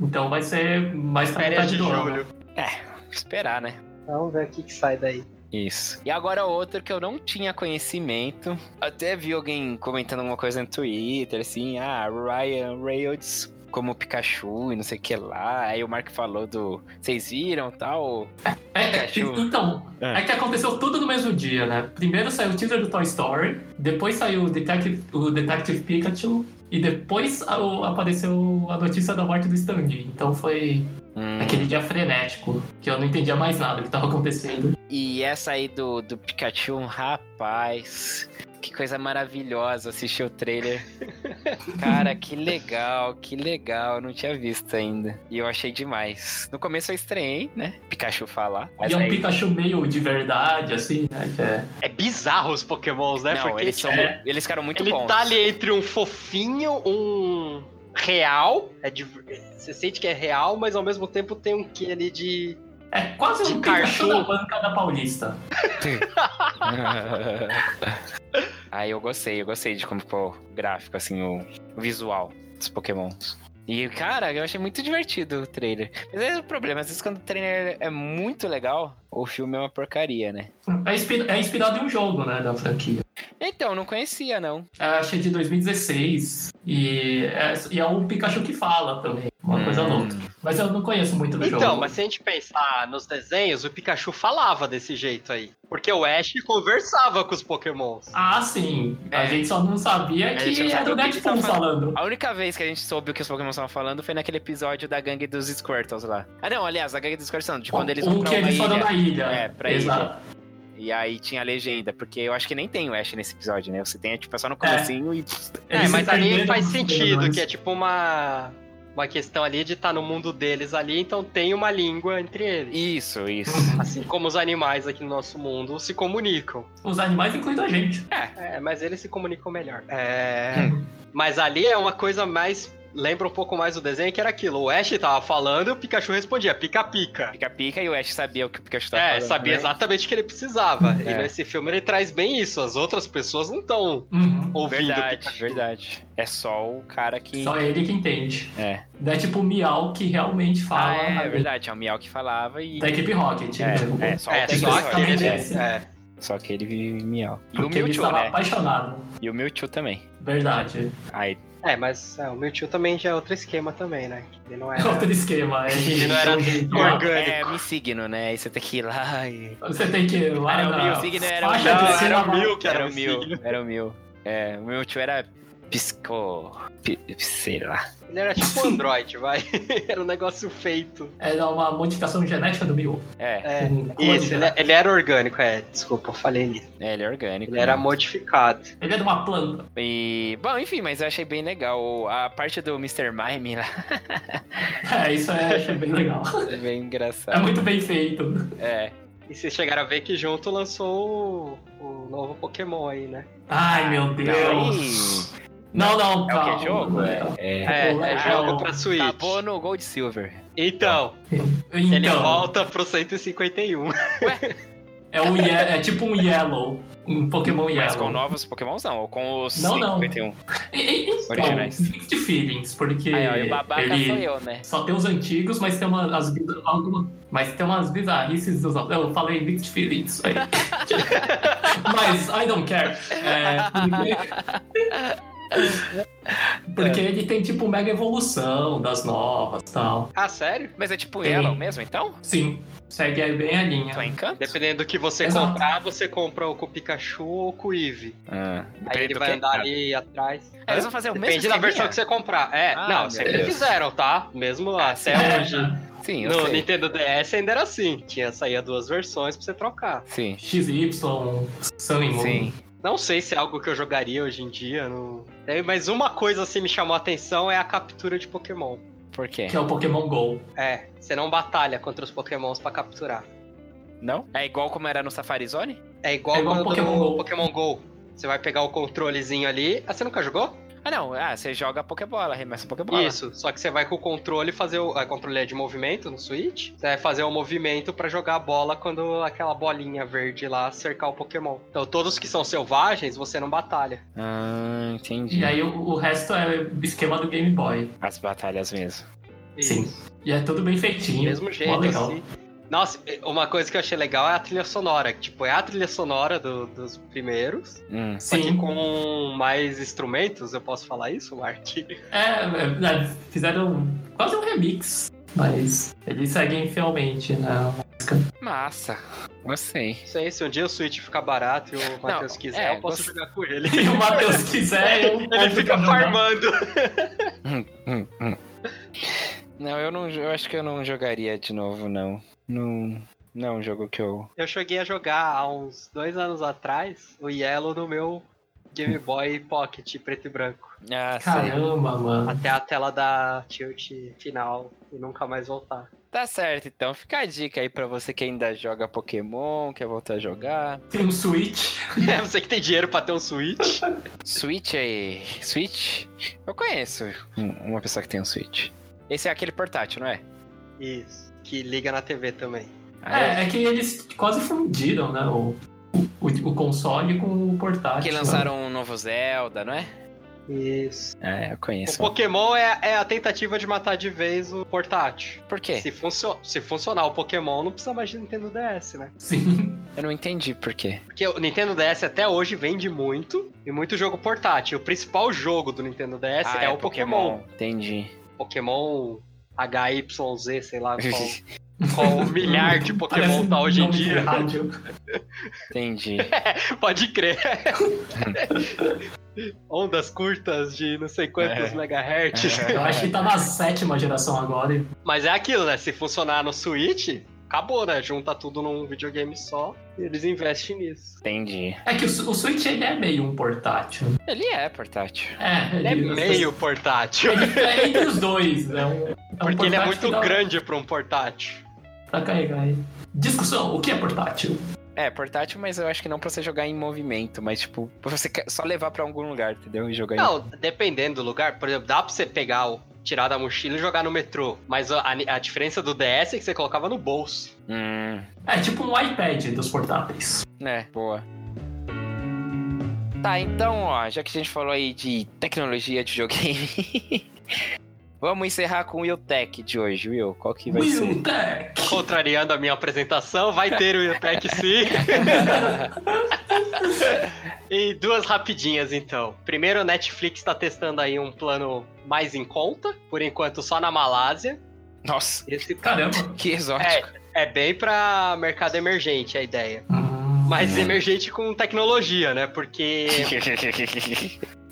Então vai ser mais pra Férias metade de do julho. ano. Esperar, né? Vamos ver o que, que sai daí. Isso. E agora outro que eu não tinha conhecimento. Até vi alguém comentando alguma coisa no Twitter, assim, ah, Ryan Reynolds como Pikachu e não sei o que lá. Aí o Mark falou do. Vocês viram tal? É, é, Pikachu. então, É. é. que aconteceu tudo no mesmo dia, né? Primeiro saiu o teaser do Toy Story, depois saiu o Detective, o Detective Pikachu, e depois a- o- apareceu a notícia da morte do Stan Lee. Então foi Hum. aquele dia frenético, que eu não entendia mais nada do que tava acontecendo. E essa aí do, do Pikachu, rapaz. Que coisa maravilhosa assistir o trailer. Cara, que legal, que legal. Eu não tinha visto ainda. E eu achei demais. No começo eu estranhei, né? Pikachu falar. Mas e é um aí- Pikachu meio de verdade, assim, né? Que é- É bizarro os pokémons, né? Não, Porque eles, são, é, eles ficaram muito ele bons. tá ali entre um fofinho, um real. É de- Você sente que é real, mas ao mesmo tempo tem um quê ali de. é quase De um Pikachu Pikachu. da banca da Paulista. aí eu gostei, eu gostei de como ficou o gráfico, assim, o o visual dos pokémons. E, cara, eu achei muito divertido o trailer. Mas é o problema, às vezes quando o trailer é muito legal, o filme é uma porcaria, né? É, inspi- é inspirado em um jogo, né, da franquia. É, Então, não conhecia, não. Eu achei de 2016. E é, e é um Pikachu que fala também. Uma coisa Hum. louca. Mas eu não conheço muito do jogo. Então, mas se a gente pensar nos desenhos, o Pikachu falava desse jeito aí. Porque o Ash conversava com os pokémons. Ah, sim. A É. gente só não sabia A gente que não era sabia o o que que Deadpool tava falando. A única vez que a gente soube o que os Pokémon estavam falando foi naquele episódio da gangue dos Squirtles lá. Ah, não, aliás, da gangue dos Squirtles, não, de quando eles vão o pra Um que uma eles foram ilha. na ilha. É, pra Exato. E aí tinha a legenda, porque eu acho que nem tem o Ash nesse episódio, né? Você tem, tipo, é só no comecinho e... É, Eles mas se ali perderam faz nos sentido, Venons. que é tipo uma. Uma questão ali de estar no mundo deles ali, então tem uma língua entre eles. Isso, isso. Uhum. Assim como os animais aqui no nosso mundo se comunicam. Os animais incluindo a gente. Hum. É. Hum. É, mas eles se comunicam melhor. É. mas ali é uma é coisa mais lembra um pouco mais o desenho, que era aquilo. O Ash tava falando e o Pikachu respondia, pica-pica. Pica-pica e o Ash sabia o que o Pikachu tava É, falando. sabia né? exatamente o que ele precisava. E É. nesse filme ele traz bem isso. As outras pessoas não estão Uhum. ouvindo o Verdade, Pikachu. verdade. É só o cara que. Só ele que entende. É. Daí tipo o Miau que realmente fala. né? Ah, é, é verdade. É o Miau que falava e. Da equipe Rocket. entendeu? É, é, só, É, o Tech só Rocket, aquele- aquele. né? É. Só aquele Miau. E o Porque ele Mewtwo, estava né? apaixonado. E o Mewtwo também. Verdade. Aí, É, mas é, o Mewtwo também já é outro esquema também, né? Ele não é. É outro esquema. É Ele não era de- orgânico. é, me signo, né? Aí você tem que ir lá e. Você tem que ir lá Era o na Mil, o signo era o faixa Mil, de era cima o Mil. que era Era o o Mil. signo. Era o Mil. É, o Mewtwo era pisco. pi- Sei lá. Ele era tipo um Android, vai. era um negócio feito. Era É, uma modificação genética do Mil. É, É. Um Isso, clone, ele, né? ele era orgânico, é. Desculpa, eu falei nisso. é, ele é orgânico. Ele era né? modificado. Ele era uma planta. E. Bom, enfim, mas eu achei bem legal. A parte do Mr. Mime lá É, isso é achei bem legal. é bem É engraçado. muito bem feito. É. E vocês chegaram a ver que junto lançou o, o novo Pokémon aí, né? Ai, meu Deus. Aí, Não, não, É calma. o que? Jogo? É. É, Pô, é legal. jogo pra Switch. Acabou né? no Gold Silver. Então, Então, ele volta pro 151. é, um ye- é tipo um Yellow. Um Pokémon Mas com Yellow. novos Pokémons não, ou com os Não, não. 51. E- e- então, Originais. mixed feelings, porque Aí, ó, e o babaca sou ele eu, né? só tem os antigos, mas tem umas, as, bizar- alguma- mas tem umas bizarrices dos outros. Eu falei mixed feelings aí. mas I don't care. É, porque... porque ele tem tipo mega evolução das novas e tal. Ah, sério? Mas é tipo Tem. Yellow mesmo, então? Sim, segue aí bem a linha. Tu é encanto? Dependendo do que você Exato. comprar, você compra ou com o Pikachu ou com o Eevee. Ah, Aí depende ele do vai que- andar ali atrás. Ah, Eles vão fazer o mesmo Depende da esqueminha? versão que você comprar. É, Ah, não, meu sempre Deus. fizeram, tá? Mesmo lá, até É, hoje. Sim, eu No sei. Nintendo DS ainda era assim. Tinha saía duas versões pra você trocar. Sim, XY, Sun e Moon. sim. Não sei se é algo que eu jogaria hoje em dia. Não... É, mas uma coisa assim me chamou a atenção é a captura de Pokémon. Por quê? Que é o Pokémon GO. É, você não batalha contra os Pokémons pra capturar. Não? É igual como era no Safari Zone? É igual, É igual quando Pokémon no Go. Pokémon Go. Você vai pegar o controlezinho ali. Ah, você nunca jogou? Ah, não. Ah, você joga Pokébola, arremessa Pokébola. Isso, só que você vai com o controle fazer o. A controle é de movimento no Switch. Você vai fazer o movimento pra jogar a bola quando aquela bolinha verde lá cercar o Pokémon. Então todos que são selvagens, você não batalha. Ah, entendi. E aí o, o resto é o esquema do Game Boy. As batalhas mesmo. Sim. E é tudo bem feitinho. Do mesmo mó jeito, legal. assim. Nossa, uma coisa que eu achei legal é a trilha sonora. que, Tipo, é a trilha sonora do- dos primeiros. Hum. Só que Sim. com mais instrumentos, eu posso falar isso, Mark? É, é, é, fizeram quase um remix. Mas eles seguem fielmente, né? Massa. Gostei. Não sei, se um dia o Switch ficar barato e o Matheus quiser, é, eu posso gost- jogar com ele. Se o Matheus quiser, eu Ele fica farmando. Hum, hum. Não, eu não. Eu acho que eu não jogaria de novo, não. Não. Não é um jogo que eu. Eu cheguei a jogar há uns dois anos atrás o Yellow no meu Game Boy Pocket preto e branco. Ah, sei. Caramba, mano. Até a tela da tilt final e nunca mais voltar. Tá certo, então. Fica a dica aí pra você que ainda joga Pokémon, quer voltar a jogar. Tem um Switch. É, você que tem dinheiro pra ter um Switch. Switch aí. Switch? Eu conheço um- uma pessoa que tem um Switch. Esse é aquele portátil, não é? Isso. Que liga na TV também. Ah, É, é que eles quase fundiram, né? O, o, o console com o portátil. Que lançaram um novo Zelda, não é? Isso. É, eu O conheço. Pokémon é, é a tentativa de matar de vez o portátil. Por quê? Se, funcio- se funcionar o Pokémon, não precisa mais de Nintendo DS, né? Sim. Eu não entendi por quê. Porque o Nintendo DS até hoje vende muito e muito jogo portátil. O principal jogo do Nintendo DS Ah, é, o Pokémon. Entendi. Pokémon HYZ, sei lá qual, qual o Um milhar de Pokémon Parece um tá hoje em nome de dia. rádio. Entendi. Pode crer. Ondas curtas de não sei quantos É. megahertz. É. Eu acho que tá na sétima geração agora. e- Mas é aquilo, né? Se funcionar no Switch, acabou, né? Junta tudo num videogame só e eles investem nisso. Entendi. É que o, Su- o Switch ele é meio um portátil. Ele é portátil. É, Ele é ele- meio portátil. Ele é entre os dois, né? É um Porque ele é portátil muito que dá grande pra um portátil. Pra carregar aí. Discussão, o que é portátil? É, portátil, mas eu acho que não pra você jogar em movimento, mas tipo, pra você só levar pra algum lugar, entendeu? E jogar Não, dependendo do lugar, por exemplo, dá pra você pegar o. Tirar da mochila e jogar no metrô. Mas a, a diferença do DS é que você colocava no bolso. em. Hum, É tipo um iPad dos portáteis. né, boa. Tá, então, ó, já que a gente falou aí de tecnologia de videogame. Vamos encerrar com o Will Tech de hoje, Will. Qual que vai ser? Will Tech! Contrariando a minha apresentação, vai ter o Tech sim. E duas rapidinhas então. Primeiro, o Netflix tá testando aí um plano mais em conta, por enquanto só na Malásia. Nossa, Esse Caramba! que exótico. é bem pra mercado emergente a ideia. Mas emergente com tecnologia, né? Porque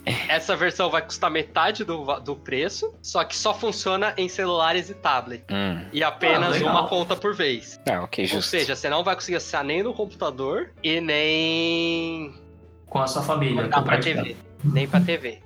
é. essa versão vai custar metade do, va- do preço, só que só funciona em celulares e tablet. hum. E apenas legal. uma conta por vez. Ah, ok, Ou justo. seja, você não vai conseguir acessar nem no computador e nem Com a sua família. Dá pra TV. Nem pra TV.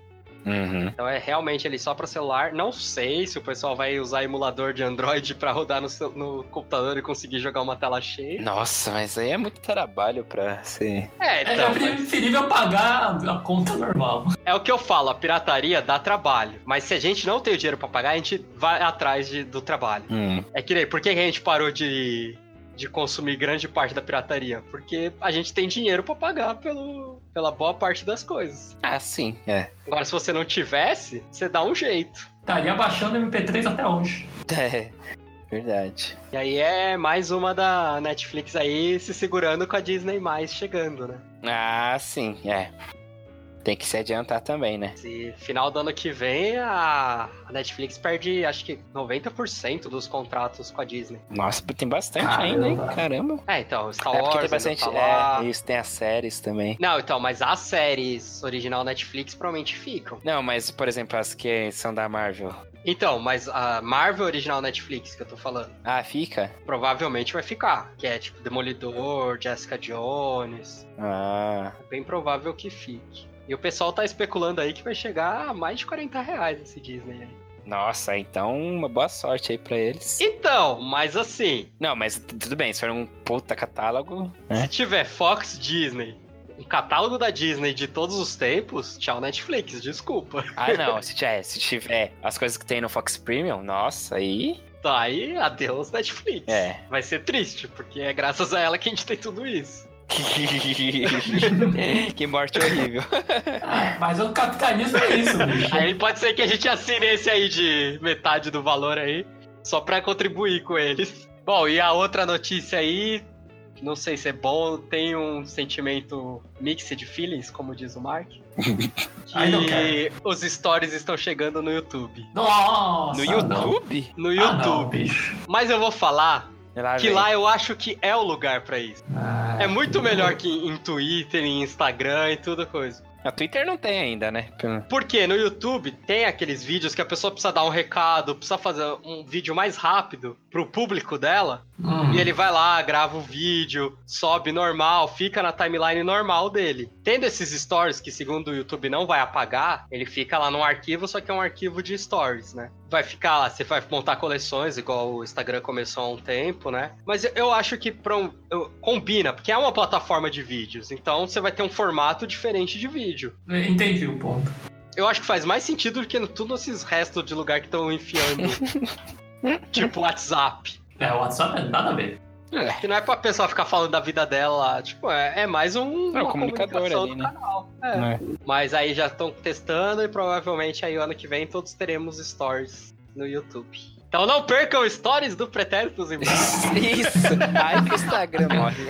Uhum. Então é realmente ele só pra celular. Não sei se o pessoal vai usar emulador de Android pra rodar no, seu- no computador e conseguir jogar uma tela cheia. Nossa, mas aí é muito trabalho pra ser. É, É, então. é preferível pagar a, a conta normal. É o que eu falo, a pirataria dá trabalho. Mas se a gente não tem o dinheiro pra pagar, a gente vai atrás de- do trabalho. Hum. É que nem, por que que a gente parou de, de consumir grande parte da pirataria? Porque a gente tem dinheiro pra pagar pelo, pela boa parte das coisas. Ah, sim. É. Agora, se você não tivesse, você dá um jeito. Estaria baixando MP3 até hoje. É. Verdade. E aí é mais uma da Netflix aí se segurando com a Disney mais chegando, né? Ah, sim. É. Tem que se adiantar também, né? Se final do ano que vem a a Netflix perde acho que 90% dos contratos com a Disney. Nossa, tem bastante Caramba. ainda, hein? Caramba. É, então, Star é porque Wars tem ainda bastante. tá lá. É, isso, tem as séries também. Não, então, mas as séries original Netflix provavelmente ficam. Não, mas, por exemplo, as que são da Marvel. Então, mas a Marvel original Netflix que eu tô falando, Ah, fica? provavelmente vai ficar. Que é tipo Demolidor, Jessica Jones. Ah. É bem provável que fique. E o pessoal tá especulando aí que vai chegar a mais de 40 reais esse Disney aí. Nossa, então uma boa sorte aí pra eles. Então, mas assim, Não, mas t- tudo bem, se for um puta catálogo. se tiver Fox Disney, um catálogo da Disney de todos os tempos, tchau Netflix, desculpa. Ah, não, se tiver, se tiver as coisas que tem no Fox Premium, nossa, aí. Tá aí, adeus Netflix. É. Vai ser triste, porque é graças a ela que a gente tem tudo isso. que morte horrível. Ah, mas o capitalismo é isso, bicho. Aí pode ser que a gente assine esse aí de metade do valor aí, só pra contribuir com eles. Bom, e a outra notícia aí, não sei se é bom, tem um sentimento mixed feelings, como diz o Mark. Ai, não, que os stories estão chegando no YouTube. Nossa! No não. YouTube? No Ah, não, YouTube. bicho. Mas eu vou falar Lá que vem. lá eu acho que é o lugar pra isso. Ah, É muito melhor que em Twitter, em Instagram e tudo coisa. A Twitter não tem ainda, né? Pelo- Porque no YouTube tem aqueles vídeos que a pessoa precisa dar um recado, precisa fazer um vídeo mais rápido pro público dela. Hum. E ele vai lá, grava o vídeo, sobe normal, fica na timeline normal dele. Tendo esses stories que, segundo o YouTube, não vai apagar, ele fica lá num arquivo, só que é um arquivo de stories, né? Vai ficar lá, você vai montar coleções, igual o Instagram começou há um tempo, né? Mas eu, eu acho que pra um- eu- combina, porque é uma plataforma de vídeos, então você vai ter um formato diferente de vídeo. Entendi o ponto. Eu acho que faz mais sentido do que no- tudo esses restos de lugar que estão enfiando. tipo WhatsApp. É, o WhatsApp é nada a ver. É. Que não é pra pessoa ficar falando da vida dela lá. Tipo, é, é mais um. É, o uma comunicador comunicação ali, do né? canal. É. Mas aí já estão testando e provavelmente aí o ano que vem todos teremos stories no YouTube. Então não percam stories do Pretéritos e Braços. Isso! Aí no Instagram morre.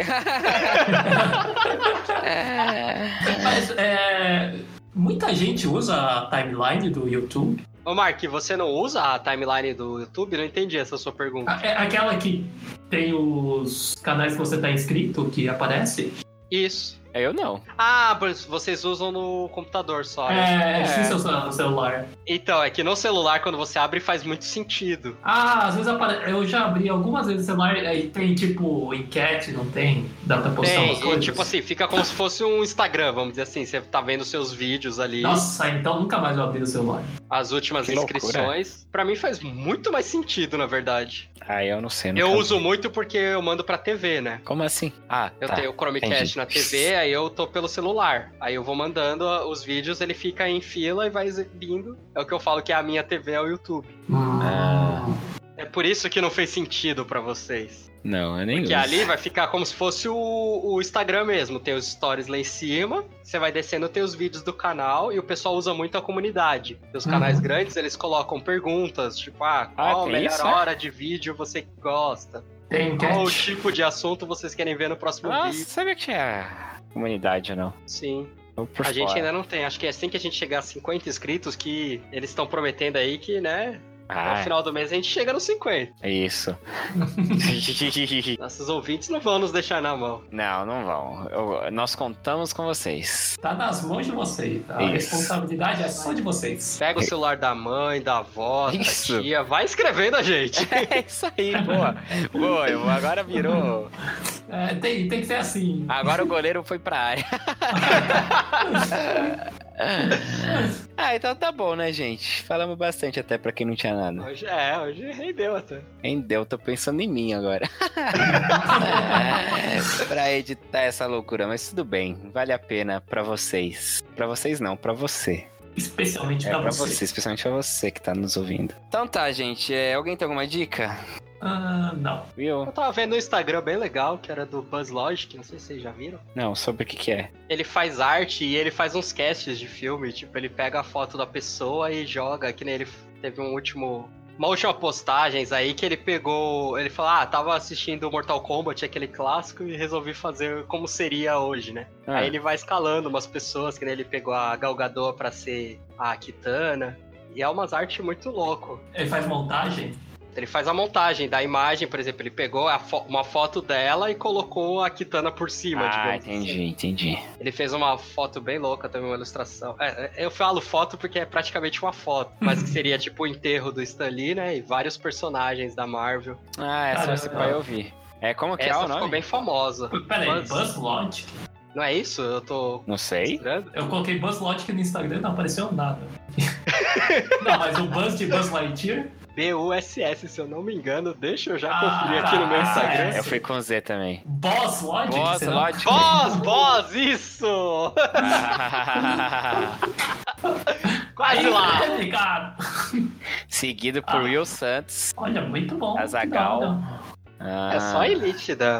Mas é, muita gente usa a timeline do YouTube. Ô, Mark, você não usa a timeline do YouTube? Não entendi essa sua pergunta. A- É aquela que tem os canais que você tá inscrito que aparece. Isso. Eu não. Ah, pois vocês usam no computador só. né? É, é É. difícil usar no celular. Então, é que no celular, quando você abre, faz muito sentido. Ah, às vezes aparece. Eu já abri algumas vezes o celular e tem tipo enquete, não tem? Dá pra postar Tem, umas e, coisas. tipo assim, fica como se fosse um Instagram, vamos dizer assim. Você tá vendo seus vídeos ali, Nossa, então nunca mais eu abri o celular. as últimas Que loucura. inscrições. Pra mim faz muito mais sentido, na verdade. Ah, eu não sei. nunca Eu vi. uso muito porque eu mando pra TV, né? Como assim? Ah, Eu tá. tenho o Chromecast entendi. na TV, aí eu tô pelo celular. Aí eu vou mandando ah, os vídeos, ele fica em fila e vai exibindo. É o que eu falo que é a minha TV, é o YouTube. Hum. Ah. É por isso que não fez sentido pra vocês. Não, eu nem Porque uso. ali vai ficar como se fosse o, o Instagram mesmo. Tem os stories lá em cima, você vai descendo, tem os vídeos do canal, e o pessoal usa muito a comunidade. E os canais Uhum. grandes, eles colocam perguntas, tipo, ah, qual a tem melhor isso, é? hora de vídeo você gosta? Tem Qual o enquete. tipo de assunto vocês querem ver no próximo Ah, vídeo? sabia que tinha comunidade ou não? Sim. Eu por a gente fora. ainda não tem. Acho que é assim que a gente chegar a 50 inscritos, que eles estão prometendo aí que, né, no Ah, final do mês a gente chega nos 50. é isso. Nossos ouvintes não vão nos deixar na mão. não, não vão. Eu- nós contamos com vocês. Tá nas mãos de vocês. tá? A Isso. responsabilidade é só de vocês. Pega o celular da mãe, da avó, da Isso. tia, vai escrevendo a gente. É isso aí, boa. Boa, eu- agora virou. É, tem, tem que ser assim. Agora o goleiro foi pra área. ah, então tá bom, né, gente? Falamos bastante até pra quem não tinha nada. Hoje é, hoje rendeu até. Rendeu, tô pensando em mim agora. pra editar essa loucura, mas tudo bem, vale a pena pra vocês. Pra vocês não, pra você. Especialmente É pra, pra vocês. você, especialmente pra você que tá nos ouvindo. Então tá, gente, é, alguém tem alguma dica? Ah, não. Viu? Eu tava vendo um Instagram bem legal, que era do Buzz Logic, não sei se vocês já viram. Não, sobre o que que é. Ele faz arte e ele faz uns casts de filme, tipo, ele pega a foto da pessoa e joga, que nem ele teve um último... Uma última postagens aí que ele pegou... Ele falou, ah, tava assistindo Mortal Kombat, aquele clássico, e resolvi fazer como seria hoje, né? Ah, Aí ele vai escalando umas pessoas, que nem ele pegou a Galgador pra ser a Kitana. E é umas artes muito louco. Ele faz montagem? Ele faz a montagem da imagem, por exemplo, ele pegou a fo- uma foto dela e colocou a Kitana por cima, Ah, digamos assim. entendi, entendi. Ele fez uma foto bem louca também, uma ilustração. É, é, eu falo foto porque é praticamente uma foto, mas que seria tipo o enterro do Stan Lee, né? E vários personagens da Marvel. Ah, essa Caramba. você vai ouvir. É como que é Essa o ficou nome? bem famosa. Pera aí, Buzz- Buzz Logic? Não é isso? Eu tô... Não sei. misturando? Eu coloquei Buzz Logic no Instagram e não apareceu nada. não, mas o Buzz de Buzz Lightyear? B-U-S-S, se eu não me engano. Deixa eu já Ah, conferir aqui no meu ah, Instagram. é. Eu fui com Z também. Boss Logic? Boss será? Logic. Boss, boss, isso! Quase Aí, lá! Cara. Seguido por Ah. Will Santos. Olha, muito bom. Azaghal. Que da hora. Ah, tá, É só a elite da,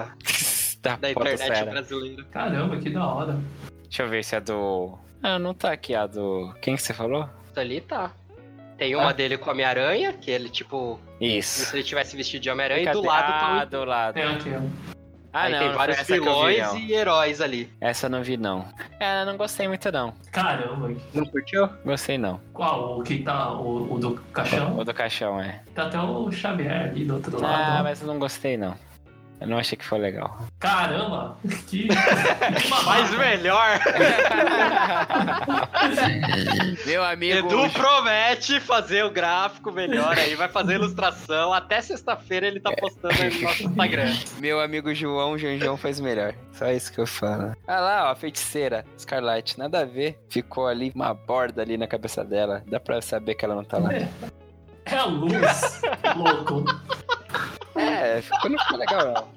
da da internet podosfera. brasileira. Caramba, que da hora. Deixa eu ver se é do. Ah, não tá aqui a do. Quem que você falou? Ali tá. Tem uma Ah. dele com a Homem-Aranha, que ele, tipo, como Isso. se ele tivesse vestido de Homem-Aranha, e do Cadê? lado ah, tá um... do lado. Tem aqui, ó. Ah, Aí não, tem não vários foi essa que eu vi, vilões não. e heróis ali. Essa eu não vi, não. É, eu não gostei muito, não. Caramba, Não curtiu? Gostei, não. qual? O que tá. O, o do caixão? O do caixão, é. Tá até o Xavier ali do outro lado. Ah, mas eu não gostei, não. Eu não achei que foi legal. Caramba! Que. que babaca. Mas melhor! Meu amigo. Edu promete fazer o gráfico melhor aí, vai fazer a ilustração. Até sexta-feira ele tá postando aí no nosso Instagram. Meu amigo João Janjão faz melhor. Só isso que eu falo. Ah lá, ó, a feiticeira, Scarlet, nada a ver. Ficou ali uma borda ali na cabeça dela. Dá pra saber que ela não tá lá. É a luz, louco. É, ficou, não ficou legal, não.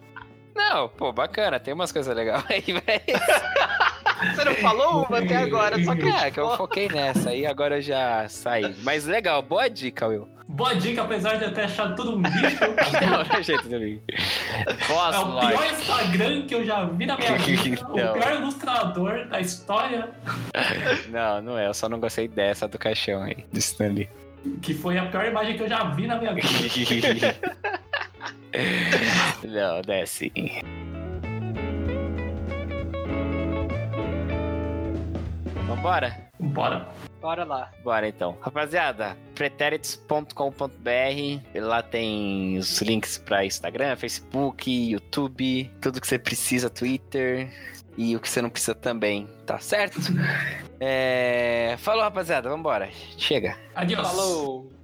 Não, pô, bacana, tem umas coisas legais aí, velho. Você não falou uma até agora, só que É, que eu foquei nessa aí, agora eu já saí. Mas legal, boa dica, Will. Boa dica, apesar de eu ter achado tudo um lixo. Não, é jeito do mim. É Boss o pior Instagram que eu já vi na minha vida. O Não. pior ilustrador da história, Não, não é, eu só não gostei dessa do caixão aí, do Stanley. que foi a pior imagem que eu já vi na minha vida. Não, é assim. desce. Vambora? Bora. bora lá. Bora então. Rapaziada, pretéritos.com.br, lá tem os links pra Instagram, Facebook, YouTube, tudo que você precisa, Twitter. e o que você não precisa também, tá certo? É, Falou, rapaziada, vambora. Chega. Adiós. Falou!